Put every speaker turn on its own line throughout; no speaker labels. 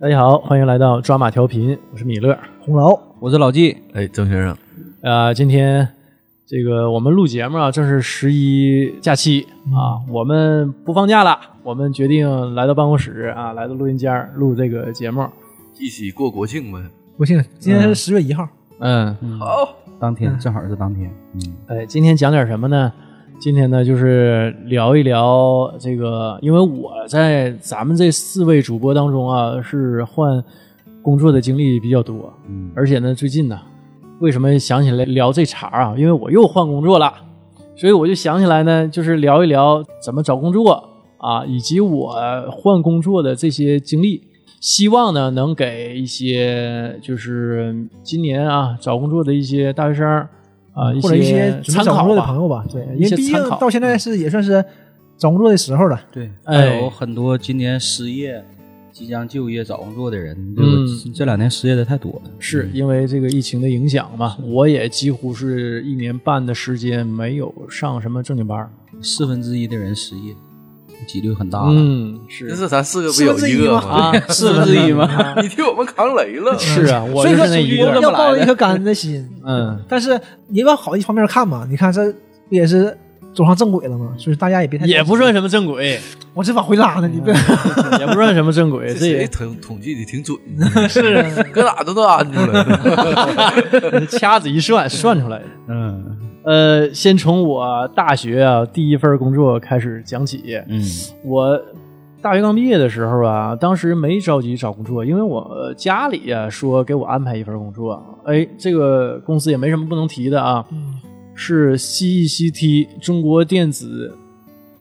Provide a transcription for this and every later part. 大家好，欢迎来到抓马调频，我是米勒，
红楼，
我是老纪，
哎，曾先生，
呃，今天这个我们录节目啊，正是十一假期啊，我们不放假了，我们决定来到办公室啊，来到录音间儿录这个节目。
一起过国庆呗。
不信，今天是十月一号，
嗯，
好，
当天正好是当天，嗯，
哎，今天讲点什么呢？今天呢，就是聊一聊这个，因为我在咱们这四位主播当中啊，是换工作的经历比较多，
嗯
而且呢，最近呢，为什么想起来聊这茬儿啊？因为我又换工作了，所以我就想起来呢，就是聊一聊怎么找工作啊，以及我换工作的这些经历。希望呢，能给一些就是今年啊找工作的一些大学生儿啊，
嗯或者一些准备
参
找
考
工作的
吧
朋友吧，对，
一
因
些
为毕竟
参考
到现在是也算是找工作的时候了，
对，
哎
还有很多今年失业、即将就业、找工作的人，
嗯
这这两年失业的太多了，
是因为这个疫情的影响嘛，我也几乎是一年半的时间没有上什么正经班儿。
嗯四分之一的人失业，几率很大了。
嗯，
这
是
是咱四个不有一个吗？
啊，
四分之一吗？
你替我们扛雷 了。
是啊， 我
啊嗯所以
就
说
是那一
要
个。
要抱着一颗感恩 的心，
嗯，
但是你往好一方面看嘛，你看这不也是走上正轨了吗？所以大家也别太
也不算什么正轨，
我这往回拉呢，你别
也不算什么正轨，
嗯这
这
谁
也
统统计的挺准
嗯
的，是
啊
搁哪都能安出来。
掐指一 算算出来的。
嗯
呃，先从我大学啊第一份工作开始讲起。
嗯
我大学刚毕业的时候啊，当时没着急找工作，因为我家里啊说给我安排一份工作，哎，这个公司也没什么不能提的啊，是 CECT 中国电子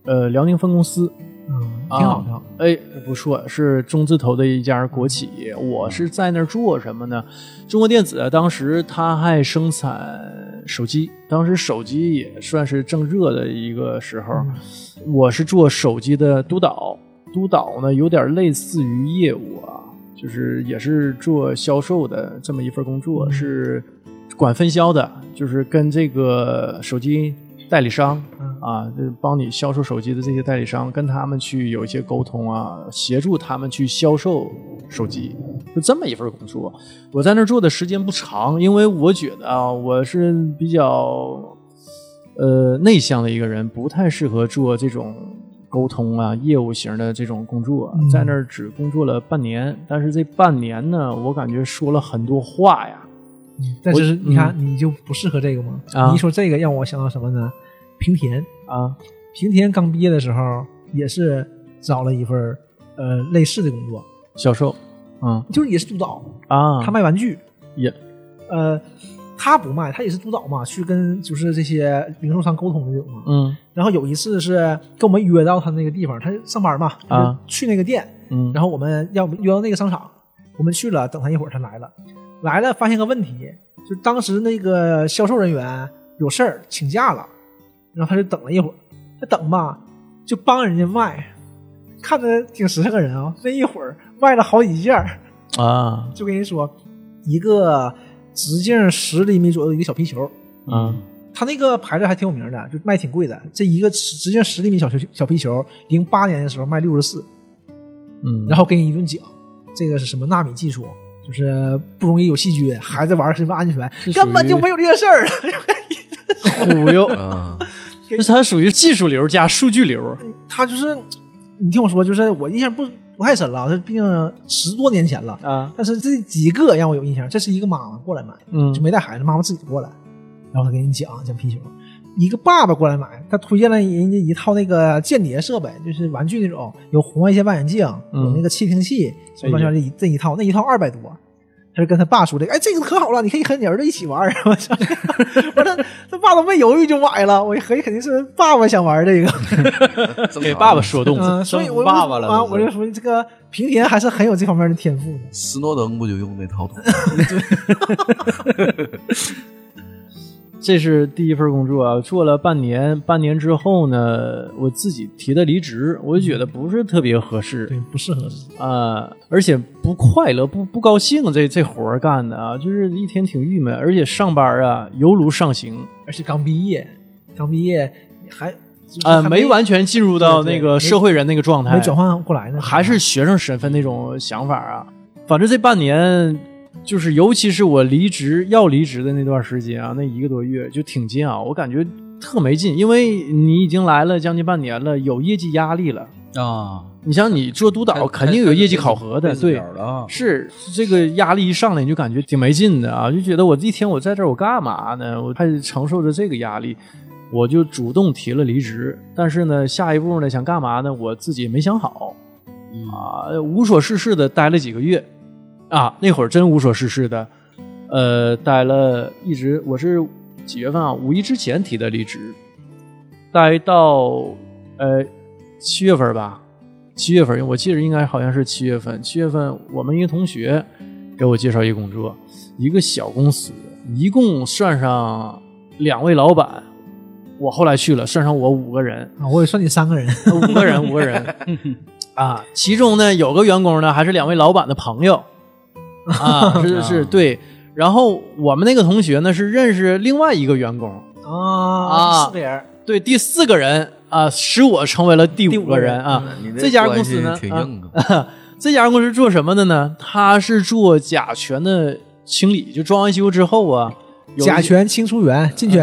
呃辽宁分公司，
嗯，挺好
啊
挺好，
哎，不错，是中字头的一家国企。我是在那儿做什么呢？中国电子啊，当时它还生产手机，当时手机也算是正热的一个时候。
嗯
我是做手机的督导，督导呢有点类似于业务啊，就是也是做销售的这么一份工
嗯
作，是管分销的，就是跟这个手机代理商
嗯
啊，就是帮你销售手机的这些代理商，跟他们去有一些沟通啊，协助他们去销售手机，就这么一份工作。我在那儿做的时间不长，因为我觉得啊，我是比较呃内向的一个人，不太适合做这种沟通啊、业务型的这种工作。
嗯
在那儿只工作了半年，但是这半年呢，我感觉说了很多话呀。
但是你看
嗯
你就不适合这个嘛，
啊
你一说这个让我想到什么呢？平田，
啊，
平田刚毕业的时候也是找了一份儿呃类似的工作，
销售，嗯
就是也是督导，
啊，
他卖玩具，
也
呃，他不卖，他也是督导嘛，去跟就是这些零售商沟通的这种嘛。
嗯
然后有一次是跟我们约到他那个地方，他上班嘛，
啊，
去那个店，
嗯，
然后我们要不约到那个商场，我们去了，等他一会儿他来了，来了发现个问题，就当时那个销售人员有事儿请假了，然后他就等了一会儿，他等吧就帮人家卖，看着挺实诚个人啊，那一会儿卖了好几件儿。
后啊
就跟人说，一个直径十厘米左右的一个小皮球，
啊
它那个牌子还挺有名的，就卖挺贵的。这一个直直径十厘米小球小皮球，零八年的时候卖六十四，
嗯，
然后给你一顿讲，这个是什么纳米技术，就是不容易有细菌，孩子玩儿十分安全，
是属于
根本就没有这些事儿。
忽悠。
啊，
那它属于技术流加数据流，
他就是，你听我说，就是我印象不不太深了，这毕竟十多年前了。
啊，
但是这几个让我有印象，这是一个妈妈过来买，
嗯
就没带孩子，妈妈自己过来，然后他给你讲讲皮球。一个爸爸过来买，他推荐了人家一套那个间谍设备，就是玩具那种，有红外线望远镜，
嗯
有那个窃听器，
哎呀
乱七八糟这一这一套，那一套二百多。他就跟他爸说这个，哎，这个可好了，你可以和你儿子一起玩儿。 我操！完了，他爸都没犹豫就买了。我一合计肯定是爸爸想玩这个，
给爸爸说动了。
嗯，所以我就
爸爸了
啊，
都是
我就说这个平田还是很有这方面的天赋的。
斯诺登不就用那套东
这是第一份工作啊，做了半年，半年之后呢，我自己提的离职，我就觉得不是特别合适
对，不适合。
啊、而且不快乐，不不高兴这这活儿干的啊，就是一天挺郁闷，而且上班啊犹如上刑
而且刚毕业，刚毕业还
啊、
还
没完全进入到那个社会人那个状态，
没转换过来呢，
还是学生身份那种想法啊。反正这半年，就是尤其是我离职要离职的那段时间啊，那一个多月就挺煎熬，我感觉特没劲，因为你已经来了将近半年了，有业绩压力了。
啊，
你像你做督导，肯定有业绩考核的，对，
了啊，
是这个压力一上来，你就感觉挺没劲的啊，就觉得我一天我在这儿我干嘛呢？我还承受着这个压力，我就主动提了离职。但是呢，下一步呢想干嘛呢？我自己也没想好啊，无所事事的待了几个月啊，那会儿真无所事事的，呃，待了一直我是几月份啊？五一之前提的离职，待到呃七月份吧，七月份，我记得应该好像是七月份。七月份，我们一个同学给我介绍一个工作，一个小公司，一共算上两位老板，我后来去了，算上我五个人，
啊，我也算你三个人，
呃五个人，五个人啊，其中呢有个员工呢还是两位老板的朋友啊，是是，对。然后我们那个同学呢是认识另外一个员工，
啊
啊
四个人，
对，第四个人啊，使我成为了第五个
嗯
人啊。
你
这家公司呢
关系挺
啊
硬啊，
这家公司做什么的呢？它是做甲醛的清理，就装完修之后啊，有一
甲，醛清除源进去，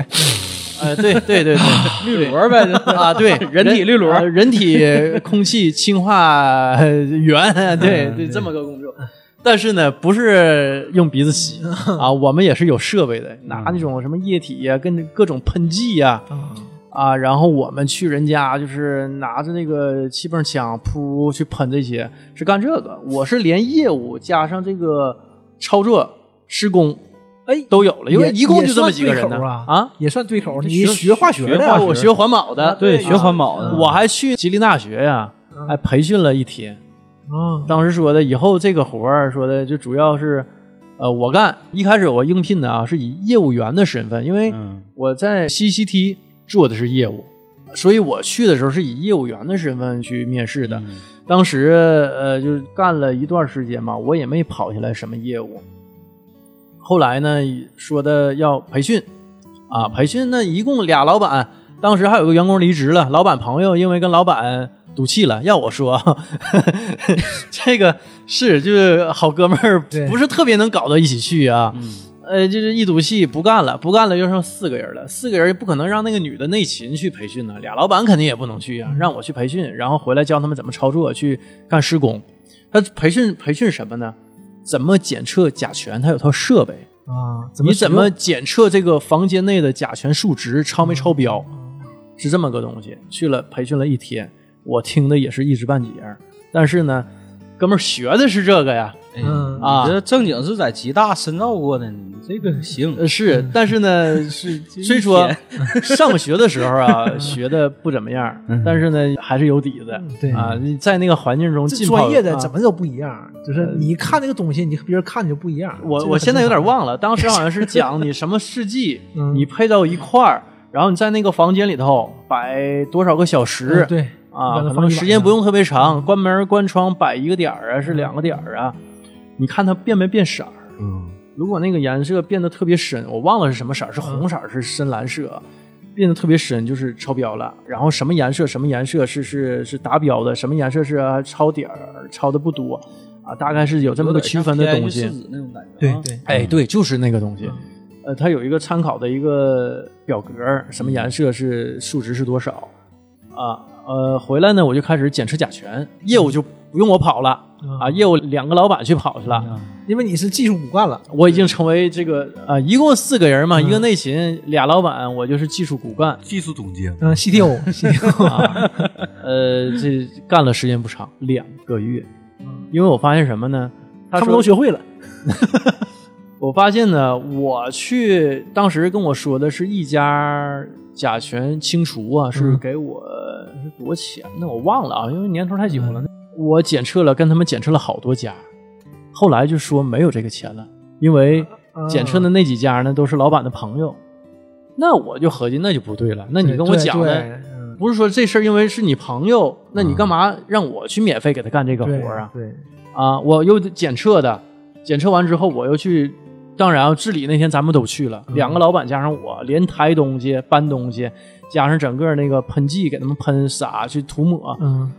哎、对对 对对，
绿萝呗，
啊，对，
人体绿萝
呃人体空气氢化 呃源，
嗯
对对，这么个工作。但是呢，不是用鼻子 吸啊，我们也是有设备的，
嗯
拿那种什么液体呀、跟各种喷剂呀、啊，然后我们去人家就是拿着那个气泵枪，噗去喷这些，是干这个。我是连业务加上这个操作、施工，哎，都有了，因为
也
一共
也
就这么
算
几个
对
人
口
呢
啊
啊。
也算对口。
这
你
学
学化学的
学
呀
化
啊，？我学环保的，
对，
对
学环保的，
我还去吉林大学呀、
嗯
还培训了一天。
啊，
当时说的以后这个活儿说的就主要是，呃，我干。一开始我应聘的啊是以业务员的身份，因为
嗯
我在 CCT 做的是业务，所以我去的时候是以业务员的身份去面试的。
嗯
当时呃，就是干了一段时间嘛，我也没跑下来什么业务。后来呢，说的要培训，啊，培训呢一共俩老板，当时还有个员工离职了，老板朋友因为跟老板赌气了，要我说， 这个是就是好哥们儿
对
不是特别能搞到一起去啊，呃，就是一赌气不干了，不干了就剩四个人了，四个人也不可能让那个女的内勤去培训呢，俩老板肯定也不能去啊，让我去培训，然后回来教他们怎么操作去干施工。他培训培训什么呢？怎么检测甲醛？他有套设备，
啊，
你
使
怎
用
么检测这个房间内的甲醛数值超没超标？
嗯
是这么个东西。去了培训了一天，我听的也是一知半解儿，但是呢，哥们儿学的是这个呀，
哎
嗯
啊
你这正经是在吉大深造过的，你这个行，
呃，是，
嗯
但是呢， 是虽说上学的时候啊，学的不怎么样儿，但是呢，还是有底子
嗯对
啊。你在那个环境中
这
浸泡，
专业的
啊呃
怎么都不一样，就是你看这个东西，你和别人看你就不一样。
我
这个
我
很
现在有
正，
点忘了，当时好像是讲你什么事迹
嗯
你配到一块儿，然后你在那个房间里头摆多少个小时，
常，嗯对
啊，
一般都
可
放一
能
晚
时间不
上嗯
用特别长，关门关窗摆一个点儿啊，是两个点儿啊，你看它变没变色儿？
嗯，
如果那个颜色变得特别深，我忘了是什么色儿，是红色儿，是深蓝色，变得特别深就是超标了。然后什么颜色什么颜色是是是达标的，什么颜色是啊超点儿，超的不多啊，大概是有这么个区分的东西。
有点像 PIA 试纸那种感觉，
对
啊，
对，
哎，对，就是那个东西。呃，它有一个参考的一个表格儿，什么颜色是数值是多少啊？呃，回来呢我就开始检测甲醛，业务就不用我跑了啊，业务两个老板去跑去了。
嗯因为你是技术骨干了，
我已经成为这个啊、呃一共四个人嘛，一个内勤，俩老板，我就是技术骨干
技术总监，
嗯，CTO，CTO
啊。呃，这干了时间不长，两个月，因为我发现什么呢？
他
他
们
说
都学会了，
我发现呢，我去当时跟我说的是一家甲醛清除啊，是
嗯
给我是多少钱呢？我忘了啊，因为年头太久
嗯
了。我检测了，跟他们检测了好多家，后来就说没有这个钱了，因为
啊
检测的那几家呢都是老板的朋友。那我就合计那就不对了，那你
对
跟我
对
讲
对
的
嗯
不是说这事儿因为是你朋友，那你干嘛让我去免费给他干这个活
对
儿啊？
对，
啊，我又检测的，检测完之后我又去，当然啊治理那天咱们都去了，两个老板加上我，连抬东西、搬东西，加上整个那个喷剂给他们喷洒去涂抹，
嗯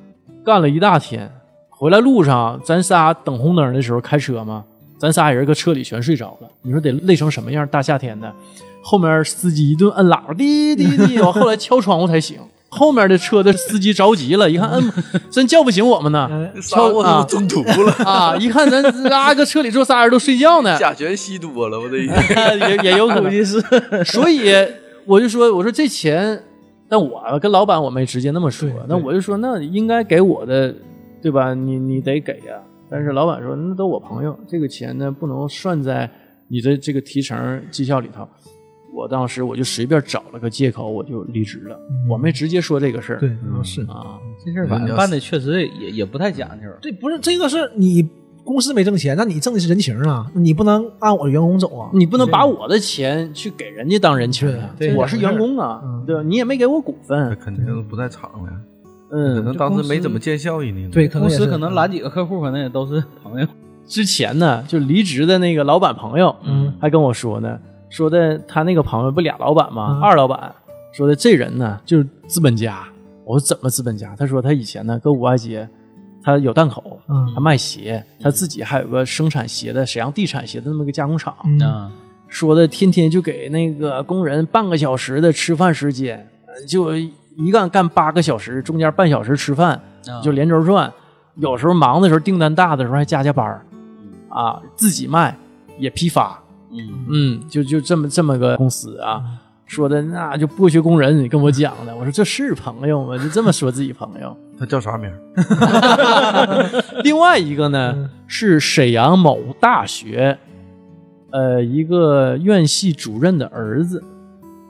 干了一大天。回来路上，咱仨等红灯的时候开车嘛，咱仨人搁车里全睡着了。你说得累成什么样？大夏天的，后面司机一顿摁喇叭，滴滴滴，我后来敲窗户才醒。后面的车的司机着急了，一看，摁，真叫不醒我们 呢。
嗯
仨我他妈
啊
中途了，
啊！一看咱仨搁车里坐，仨人都睡觉呢，
甲醛吸多了，我的
哎
也也有估计是。 所以我就说，我说这钱，但我跟老板我没直接那么说
对对，
那我就说那应该给我的，对吧？你你得给呀、但是老板说那都我朋友，这个钱呢不能算在你的这个提成绩效里头。我当时我就随便找了个借口，我就离职了，我没直接说这个事儿。
对，嗯是
啊，
这事儿反正办的确实也也不太讲究。
这不是这个是你公司没挣钱，那你挣的是人情啊，你不能按我员工走啊。
你不能把我的钱去给人家当人情啊！
对对
我是员工啊
嗯，
对吧？你也没给我股份，
肯定不在场了，可
嗯
能，当时没怎么见效益呢。
对，可能
公
也是嗯
司可能揽几个客户，可能也都是朋友。
之前呢，就离职的那个老板朋友，
嗯，
还跟我说呢，说的他那个朋友不俩老板吗？
嗯
二老板说的这人呢就是资本家。我说怎么资本家？他说他以前呢搁五爱街，他有档口，
嗯
他卖鞋，他自己还有个生产鞋的沈阳地产鞋的那么个加工厂，
嗯
啊，
说的天天就给那个工人半个小时的吃饭时间，呃就一干干八个小时，中间半小时吃饭，
啊
就连轴转。有时候忙的时候，订单大的时候还加加班儿啊，自己卖也批发，
嗯，
嗯，就就这么这么个公司啊。说的那就剥削工人，你跟我讲的，我说这是朋友吗？就这么说自己朋友。
他叫啥名嗯儿？
另外一个呢是沈阳某大学，呃，一个院系主任的儿子，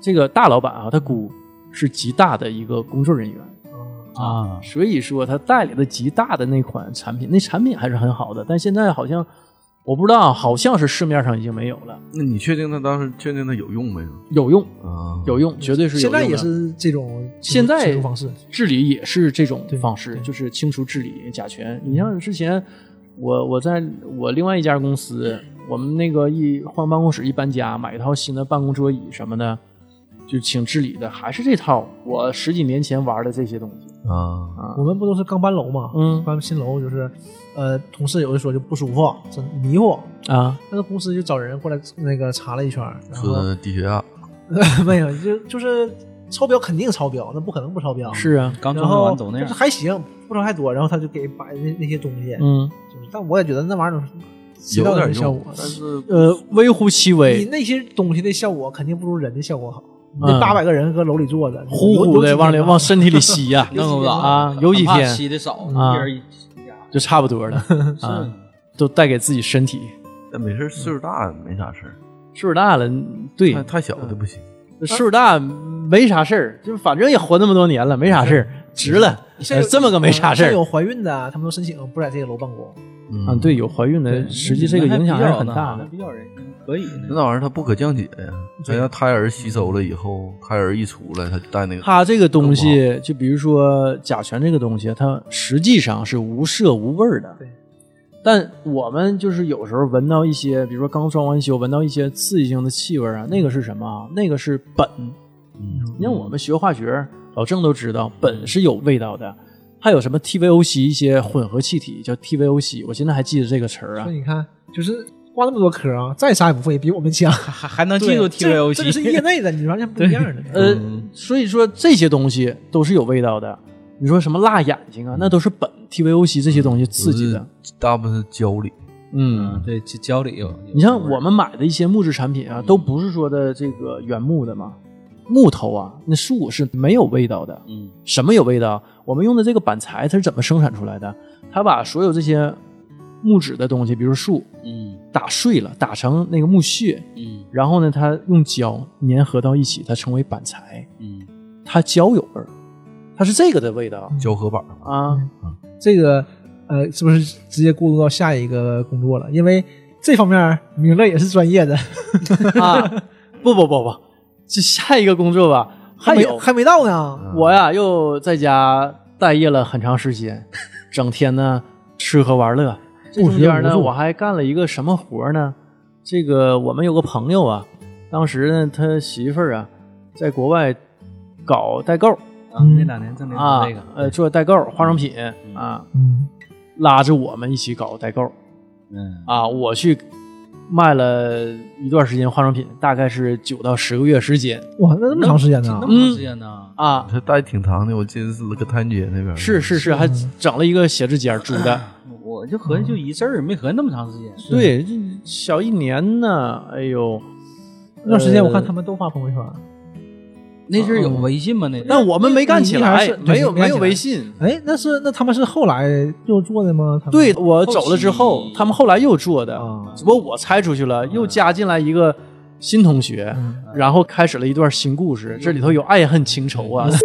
这个大老板啊，他姑是吉大的一个工作人员
啊
所以说他代理的吉大的那款产品，那产品还是很好的，但现在好像我不知道，好像是市面上已经没有了，
那你确定他当时确定他有用没有？
有用
啊，
有用，绝对是有用
现
的
在也是这种
现在
这种方式，
治理也是这种方式，
对对
就是清除治理甲醛。你像之前我我在我另外一家公司，我们那个一换办公室一搬家，买一套新的办公桌椅什么的，就请治理的，还是这套我十几年前玩的这些东西
啊，
啊
我。们不都是刚搬楼嘛，
嗯
搬新楼就是，呃，同事有的说就不舒服，真迷糊，
啊，
但是公司就找人过来那个查了一圈儿，然后
说低血压，
没有，就就是超标肯定超标，那不可能不超标。
是啊，
刚
然
装
后
完走
但
那
是
样，
还行，不超太多，然后他就给摆那那些东西，
嗯
就是但我也觉得那玩意儿起
有
到
点
点效
用
果，，
但是
呃，微乎其
你
微，
那些东西的效果肯定不如人的效果好。
嗯
那八百个人搁楼里坐着，
呼呼的
啊
往里往身体里吸 呀、
有几
弄不
天
了
啊有几天
吸的少，
啊
一人一家。
就差不多了啊，都带给自己身体。
但没事儿，岁数大没啥事儿，
岁数大了，对，
太太小的不行。
岁数大没啥事儿，就反正也活那么多年了，没啥事儿，值了，
像
呃这么个没啥事
像
儿。
有怀孕的，啊他们都申请不在这个楼办公。
啊，
嗯
对，，有怀孕的，
对
实际这个影响还是很大
嗯那
的。
比较人可以
那
呢。
玩意儿它不可降解呀，咱让胎儿吸收了以后，胎儿一出来，它带那个
它这个东西，就比如说甲醛这个东西，它实际上是无色无味儿的。
对。
但我们就是有时候闻到一些，比如说刚装完修，闻到一些刺激性的气味啊，
嗯
那个是什么啊？那个是苯。你看我们学化学，老郑都知道苯是有味道的，还有什么 TVOC 一些混合气体叫 TVOC，我现在还记得这个词儿啊
所以。你看，就是挂那么多科啊，再啥也不会，比我们强。
啊
还还能
对
记住
这这个是
TVOC，
业内的，你完全不一样的。
呃
嗯，
所以说这些东西都是有味道的。你说什么辣眼睛啊，那都是苯 TVOC 这些
嗯
东西刺激的。，
大部分是胶里，
嗯
嗯，， 对，这教里有。
你像我们买的一些木质产品啊，都不是说的这个原木的嘛，木头啊，那树是没有味道的。
嗯，
什么有味道？我们用的这个板材它是怎么生产出来的？它把所有这些木质的东西，比如树，
嗯
打碎了，打成那个木屑，
嗯
然后呢，它用胶粘合到一起，它成为板材。
嗯，
它胶有味儿，它是这个的味道
胶合板儿
啊。
这个呃，是不是直接过渡到下一个工作了？因为这方面明乐也是专业的，
啊，不不不不，这下一个工作吧，还
没
有
还没到呢。
我呀，又在家待业了很长时间，整天呢吃喝玩乐。这中间
不学无
呢，
术
我还干了一个什么活呢？这个我们有个朋友啊，当时呢他媳妇儿啊在国外搞代购
啊，那两年正流
啊
行这个，，
呃做代购化妆品啊，
嗯，
拉着我们一起搞代购
嗯
啊，我去卖了一段时间化妆品，大概是九到十个月时间
哇，那那么长时间呢
那？
嗯
么长时间呢？
啊，
这待挺长的，我记得是个探街那边儿
是是是，还
嗯
整了一个写字间儿租的。
我就合计就一阵儿，没合计那么长时间。
对，这小一年呢，哎呦，
那段时间我看
呃
他们都发朋友圈。
那阵儿有微信嗯吗？那阵儿
但我们没干起
你还
来
是，
没有没有
对没干起来
微信。
哎，那是那他们是后来又做的吗？他们
对我走了之后
后期，
他们后来又做的，
啊
只不过我拆出去了，又加进来一个新同学，
嗯
然后开始了一段新故事，这里头有爱恨情仇
嗯
啊。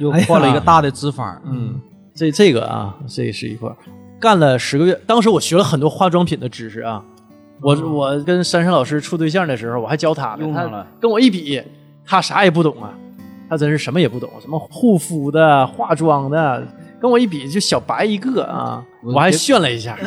又
哎呀
换了一个大的脂肪。
嗯，这这个啊，这是一块儿，干了十个月，当时我学了很多化妆品的知识啊。我我跟珊珊老师处对象的时候，我还教她呢，
嗯用上
她
了
跟我一比，她啥也不懂啊，她真是什么也不懂，什么护肤的、化妆的，跟我一比就小白一个啊。
我
我还
别
炫了一下，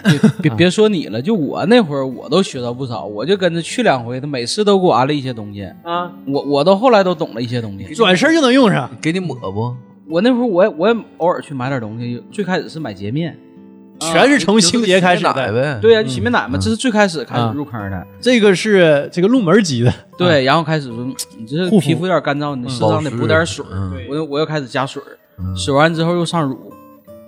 别别说你了，就我那会儿我都学到不少，我就跟着去两回，他每次都给我安利一些东西，
啊，
我我到后来都懂了一些东西。
转身就能用
啊
上。
给你抹不？
我那会儿我也我也偶尔去买点东西，最开始是买洁面，
全是从清洁开始嗯
就是洗面奶
的。
呗。
对呀、就洗面奶嘛，这是最开始开
啊
始入坑的。
这个是这个入门级的，
对，然后开始说嗯你这
护肤
皮肤有点干燥，你适当的
保湿
补点水。
嗯
我又我又开始加水，
嗯
水完之后又上乳，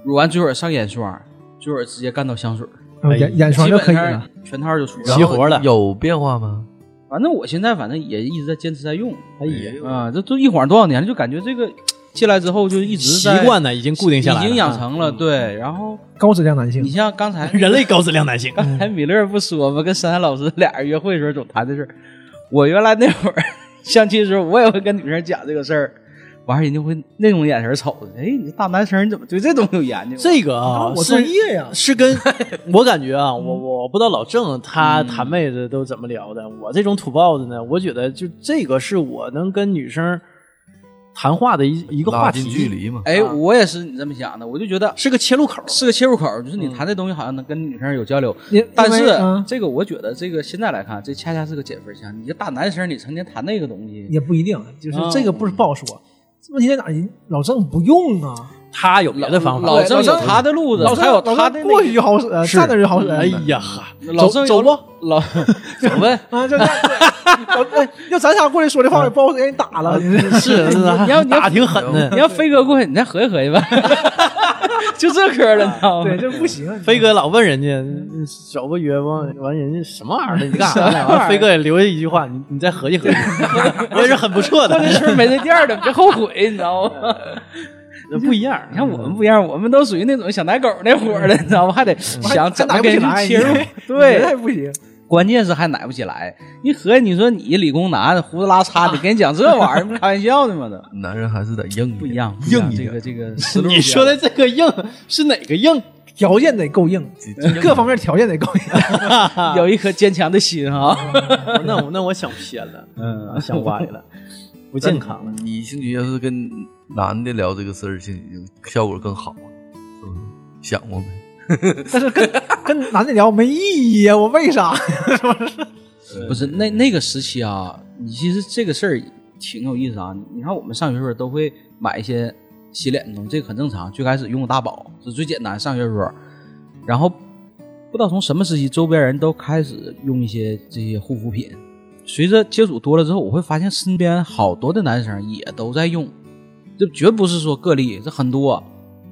乳完最后上眼霜，最后直接干到香水，
嗯眼眼
哎基
霜就可
本
以
啊
了
上。全套就出
然
来
后
齐
了。
活了
有变化吗？
反正我现在反正也一直在坚持在用，
哎呀，
啊，这都一晃多少年了，就感觉这个进来之后就一直
习
在
惯呢已经固定下来了，嗯
已经养成了。对，然后
高质量男性
你，像刚 才
啊人类高质量男 性。
刚才米勒不说吗？跟珊珊老师俩人约会的时候总谈这事儿。我原来那会儿 相亲的时候，我也会跟女生讲这个事儿，完事儿人家会那种眼神瞅着，哎，你大男生你怎么对这东西有研究？
这个啊，
我
是
专业呀
是 跟我感觉
嗯
啊，我我不知道老郑他谈妹子都怎么聊的，我这种土包子呢，我觉得就这个是我能跟女生谈话的一一个话
拉近
题，
距离嘛。
哎，我也是你这么想的，我就觉得
是个切入口。
是个切入口，就是你谈这东西好像能跟女生有交流。
因因为
但是、
啊
这个我觉得这个现在来看，这恰恰是个减分啊项。你这大男生，你成天谈那个东西，
也不一定，就是
啊
这个
哦
不是不好说。问题在哪儿？人老郑不用啊，
他有别的方法，
老
对
郑
老
有
郑
他的路子，
老郑
他有
老
他的
郑
那
过
个嗯
去就好使，呃
是
站那就好使。
哎呀哈，
老郑
走
有
不？
老走呗。
啊，就这样，对老哎要咱仨过来说这
嗯
话，也不好使给人打了。
是，是
你要你要
打挺狠
你
的。
要飞哥过去，你再合计合计吧， 就这嗑了，你知道 吗？
对，这不行。
飞哥老问人家嗯找不约吗？完人家什么玩意儿的？你干啥
什
呢？
么玩
完
意儿
飞哥也留下一句话，你你再合计 合计， 也是很不错
到这
的，
村儿没这店儿的，别后悔，你知道 吗？
不一样。
你看我们不一样，我们都属于那种小奶狗那伙儿的，你 知道吗？还得想
还
怎
打
么
不
跟
起
人
来，
切入
你，人还
对，
不行。
关键是还奶不起来。你合计，你说你理工男胡子拉碴，你跟人讲这玩意儿，不开玩笑呢吗？都
男人还是得硬，
不一样，不一
硬
样
一
这
点
个。这个思路不一
你
样。
说的这个硬是哪个 硬？
条件得够硬，
嗯
各方面条件得够硬。
有一颗坚强的心哈，
那我那我想偏了，啊
嗯，
想歪 了，不健康了。
你兴许要是跟男的聊这个事儿，兴许效果更好啊，是不是？想过没？
但是跟跟男的聊没意义呀，我为啥？
不是那那个时期啊，你其实这个事儿挺有意思啊。你看我们上学时候都会买一些洗脸的东西，这个很正常。最开始用大宝是最简单，上学时候，然后不知道从什么时期，周边人都开始用一些这些护肤品。随着接触多了之后，我会发现身边好多的男生也都在用，这绝不是说个例，这很多。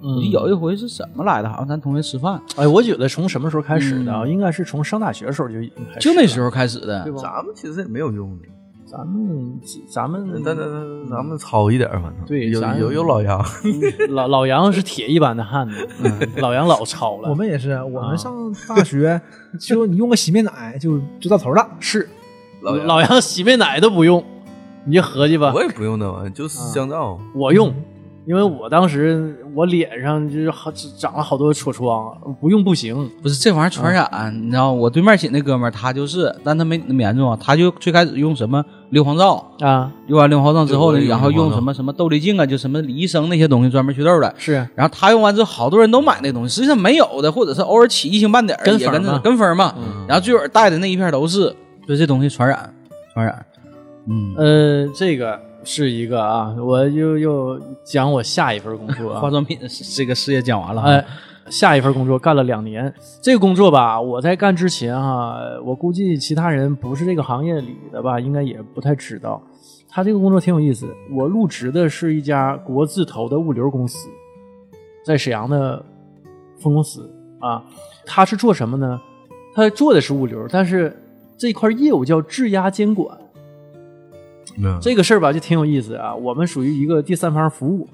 嗯
我记得有一回是怎么来的？好像咱同学吃饭，
哎，我觉得从什么时候开始的啊？
嗯
应该是从上大学的时候就已经开始了，
就那时候开始的
哎啊对。吧？
咱们其实也没有用的，
咱们咱们
但但但咱们糙一点儿，反
嗯
正
对
有
咱
有有老杨，
老老杨是铁一般的汉子， 老杨老糙了。啊
我们也是，啊我们上大学 就你用个洗面奶就就到头了。
是
老杨
老杨洗面奶都不用，你就合计吧。
我也不用那玩意儿，就是香皂。
我用，因为我当时我脸上就是好长了好多痤疮，不用不行。
不是这玩意儿传染，
嗯
你知道吗？我对面寝那哥们儿他就是，但他没那么严重啊。他就最开始用什么硫磺皂，
啊，
用完硫磺皂之后呢，
对我也用
然后
硫磺
用
皂
什么什么豆粒净啊，就什么李医生那些东西专门祛痘的。
是
然后他用完之后，好多人都买那东西，实际上没有的，或者是偶尔起一星半点儿
跟
也
风
跟
嘛
着跟风嘛。
嗯
然后最后带的那一片都是，所以这东西传染，传染。嗯，
呃，这个是一个啊，我又又讲我下一份工作啊
化妆品是这个事业讲完了。
哎，，下一份工作干了两年，这个工作吧，我在干之前哈、我估计其他人不是这个行业里的吧，应该也不太知道。他这个工作挺有意思。我入职的是一家国字头的物流公司，在沈阳的分公司啊。他是做什么呢？他做的是物流，但是这块业务叫质押监管。
嗯
这个事儿吧就挺有意思啊。我们属于一个第三方服务，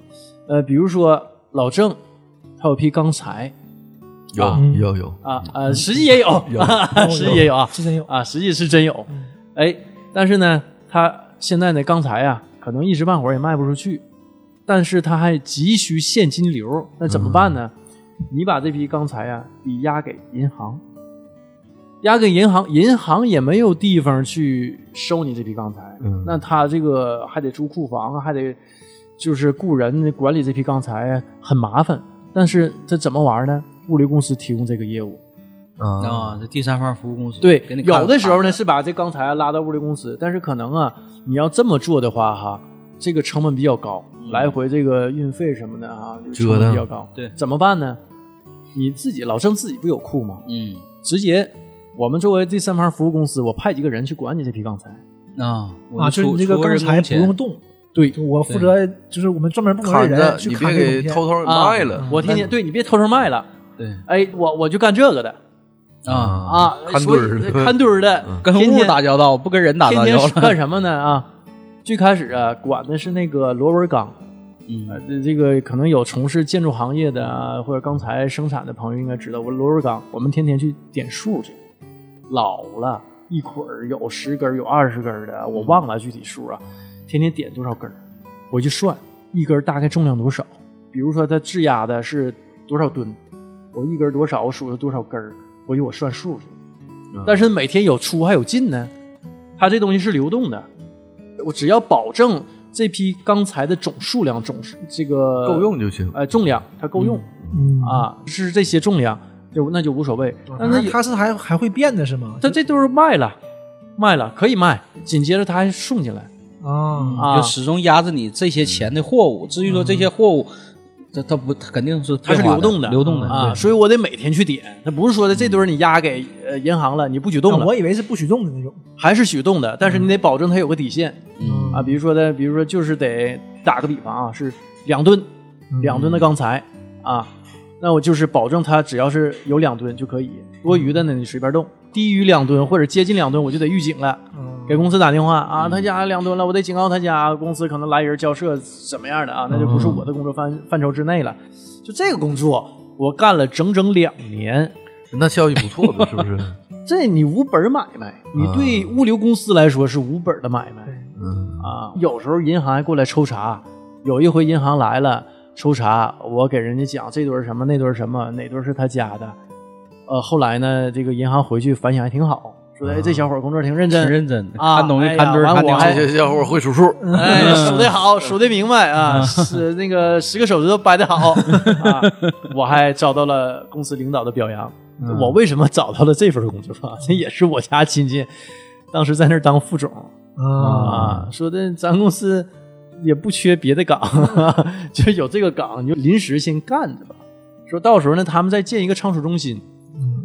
呃，比如说老郑，他有批钢材
有
嗯
有有，
啊，呃，实际也有，
有
实际也有啊
是真有。
啊，实际是真有
嗯。
哎，但是呢，他现在的钢材啊，可能一时半会儿也卖不出去，但是他还急需现金流，那怎么办呢？你把这批钢材啊抵押给银行，押给银行，银行也没有地方去收你这批钢材，
嗯
那他这个还得租库房啊，还得就是雇人管理这批钢材啊，很麻烦。但是这怎么玩呢？物流公司提供这个业务，
啊，
啊，这第三方服务公司
嗯对
给你，看
有的时候呢
看
是把这钢材拉到物流公司，但是可能啊，你要这么做的话哈，这个成本比较高，
嗯
来回这个运费什么的啊，就成
折
本
腾
比较高。
对
怎么办呢？你自己老郑自己不有库吗？
嗯
直接我们作为第三方服务公司，我派几个人去管你这批钢材。
啊，我
啊，就是
出
你这个
出
钢
人
材
工
不
钱
用动，
对
就我负责就是我们专门部门
看
的人
着
去
你
看
别
这个
给
东西
偷偷
啊
卖了，
我天天对你别偷偷卖了，
对
哎，我我就干这个的
啊，
啊，
嗯看
所
堆
以
儿的，嗯
看堆儿的，
跟
天
物
天
打交道，不跟人打
天
交
天
道
是
了。
干什么呢啊？最开始啊，管的是那个螺纹钢。
嗯，
呃，这个可能有从事建筑行业的啊，或者钢材生产的朋友应该知道，我螺纹钢，我们天天去点数去，老了，一捆儿有十根儿，有二十根儿的，啊我忘了具体数啊，天天点多少根儿，我就算一根儿大概重量多少，比如说它质押的是多少吨，我一根儿多少，我数了多少根儿，我给我算数去。
嗯
但是每天有出还有进呢，它这东西是流动的，我只要保证这批钢材的总数量总是这个
够，用就行。
呃，重量它够用、
嗯，
啊，是这些重量就那就无所谓。但
那
是有
它是还还会变的是吗？
它这都是卖了，卖了可以卖，紧接着它还送进来，
啊，
啊
就始终压着你这些钱的货物。至于说这些货物，它它不，它肯定是
它是
变化
流动的，
流动的
嗯
啊，。所以我得每天去点，它不是说的这堆儿你押给呃银行了，你不许动
那我
了，
以为是不许动的那种
还是许动的，但是你得保证它有个底线。
嗯
啊，比如说的，比如说就是得打个比方啊，是两吨，两吨的钢材啊，那我就是保证它只要是有两吨就可以，多余的呢你随便动，低于两吨或者接近两吨我就得预警了，
嗯
给公司打电话啊，他家两吨了，我得警告他家，公司可能来人交涉怎么样的啊，那就不是我的工作范范畴之内了。就这个工作，我干了整整两年，
那效益不错的，是不是？
这你无本买卖，你对物流公司来说是无本的买卖。
嗯，
啊，有时候银行还过来抽查，有一回银行来了抽查，我给人家讲这堆儿什么那堆儿什么，哪堆儿是他家的，呃，后来呢，这个银行回去反响还挺好，说哎这小伙儿工作挺认
挺
真，
认真的，
啊
看东西
哎呀
看堆儿
完
看
我
鸟
还
这些小伙会数数，
哎数得好，数得明白啊，是那个十个手指头掰得好啊，我还遭到了公司领导的表扬。我为什么找到了这份工作啊？这也是我家亲戚，当时在那儿当副总，
啊，
啊，说的咱公司也不缺别的岗， 就有这个岗，你就临时先干着吧。说到时候呢，他们再建一个仓储中心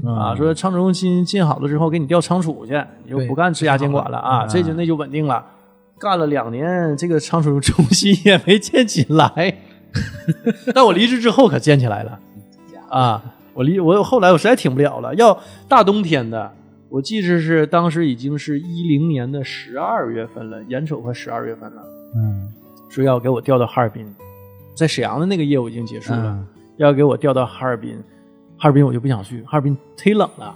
嗯
啊，说仓储中心建好了之后，给你调仓储去，你就
对
不干质押监管了啊，这就那就稳定了。干了两年，这个仓储中心也没建起来。 但我离职之后可建起来了啊！我离我后来我实在挺不了了，要大冬天的，我记着是当时已经是一零年的十二月份了，眼瞅快十二月份了，
嗯
说要给我调到哈尔滨，在沈阳的那个业务已经结束了，
嗯
要给我调到哈尔滨，哈尔滨我就不想去，哈尔滨忒冷了。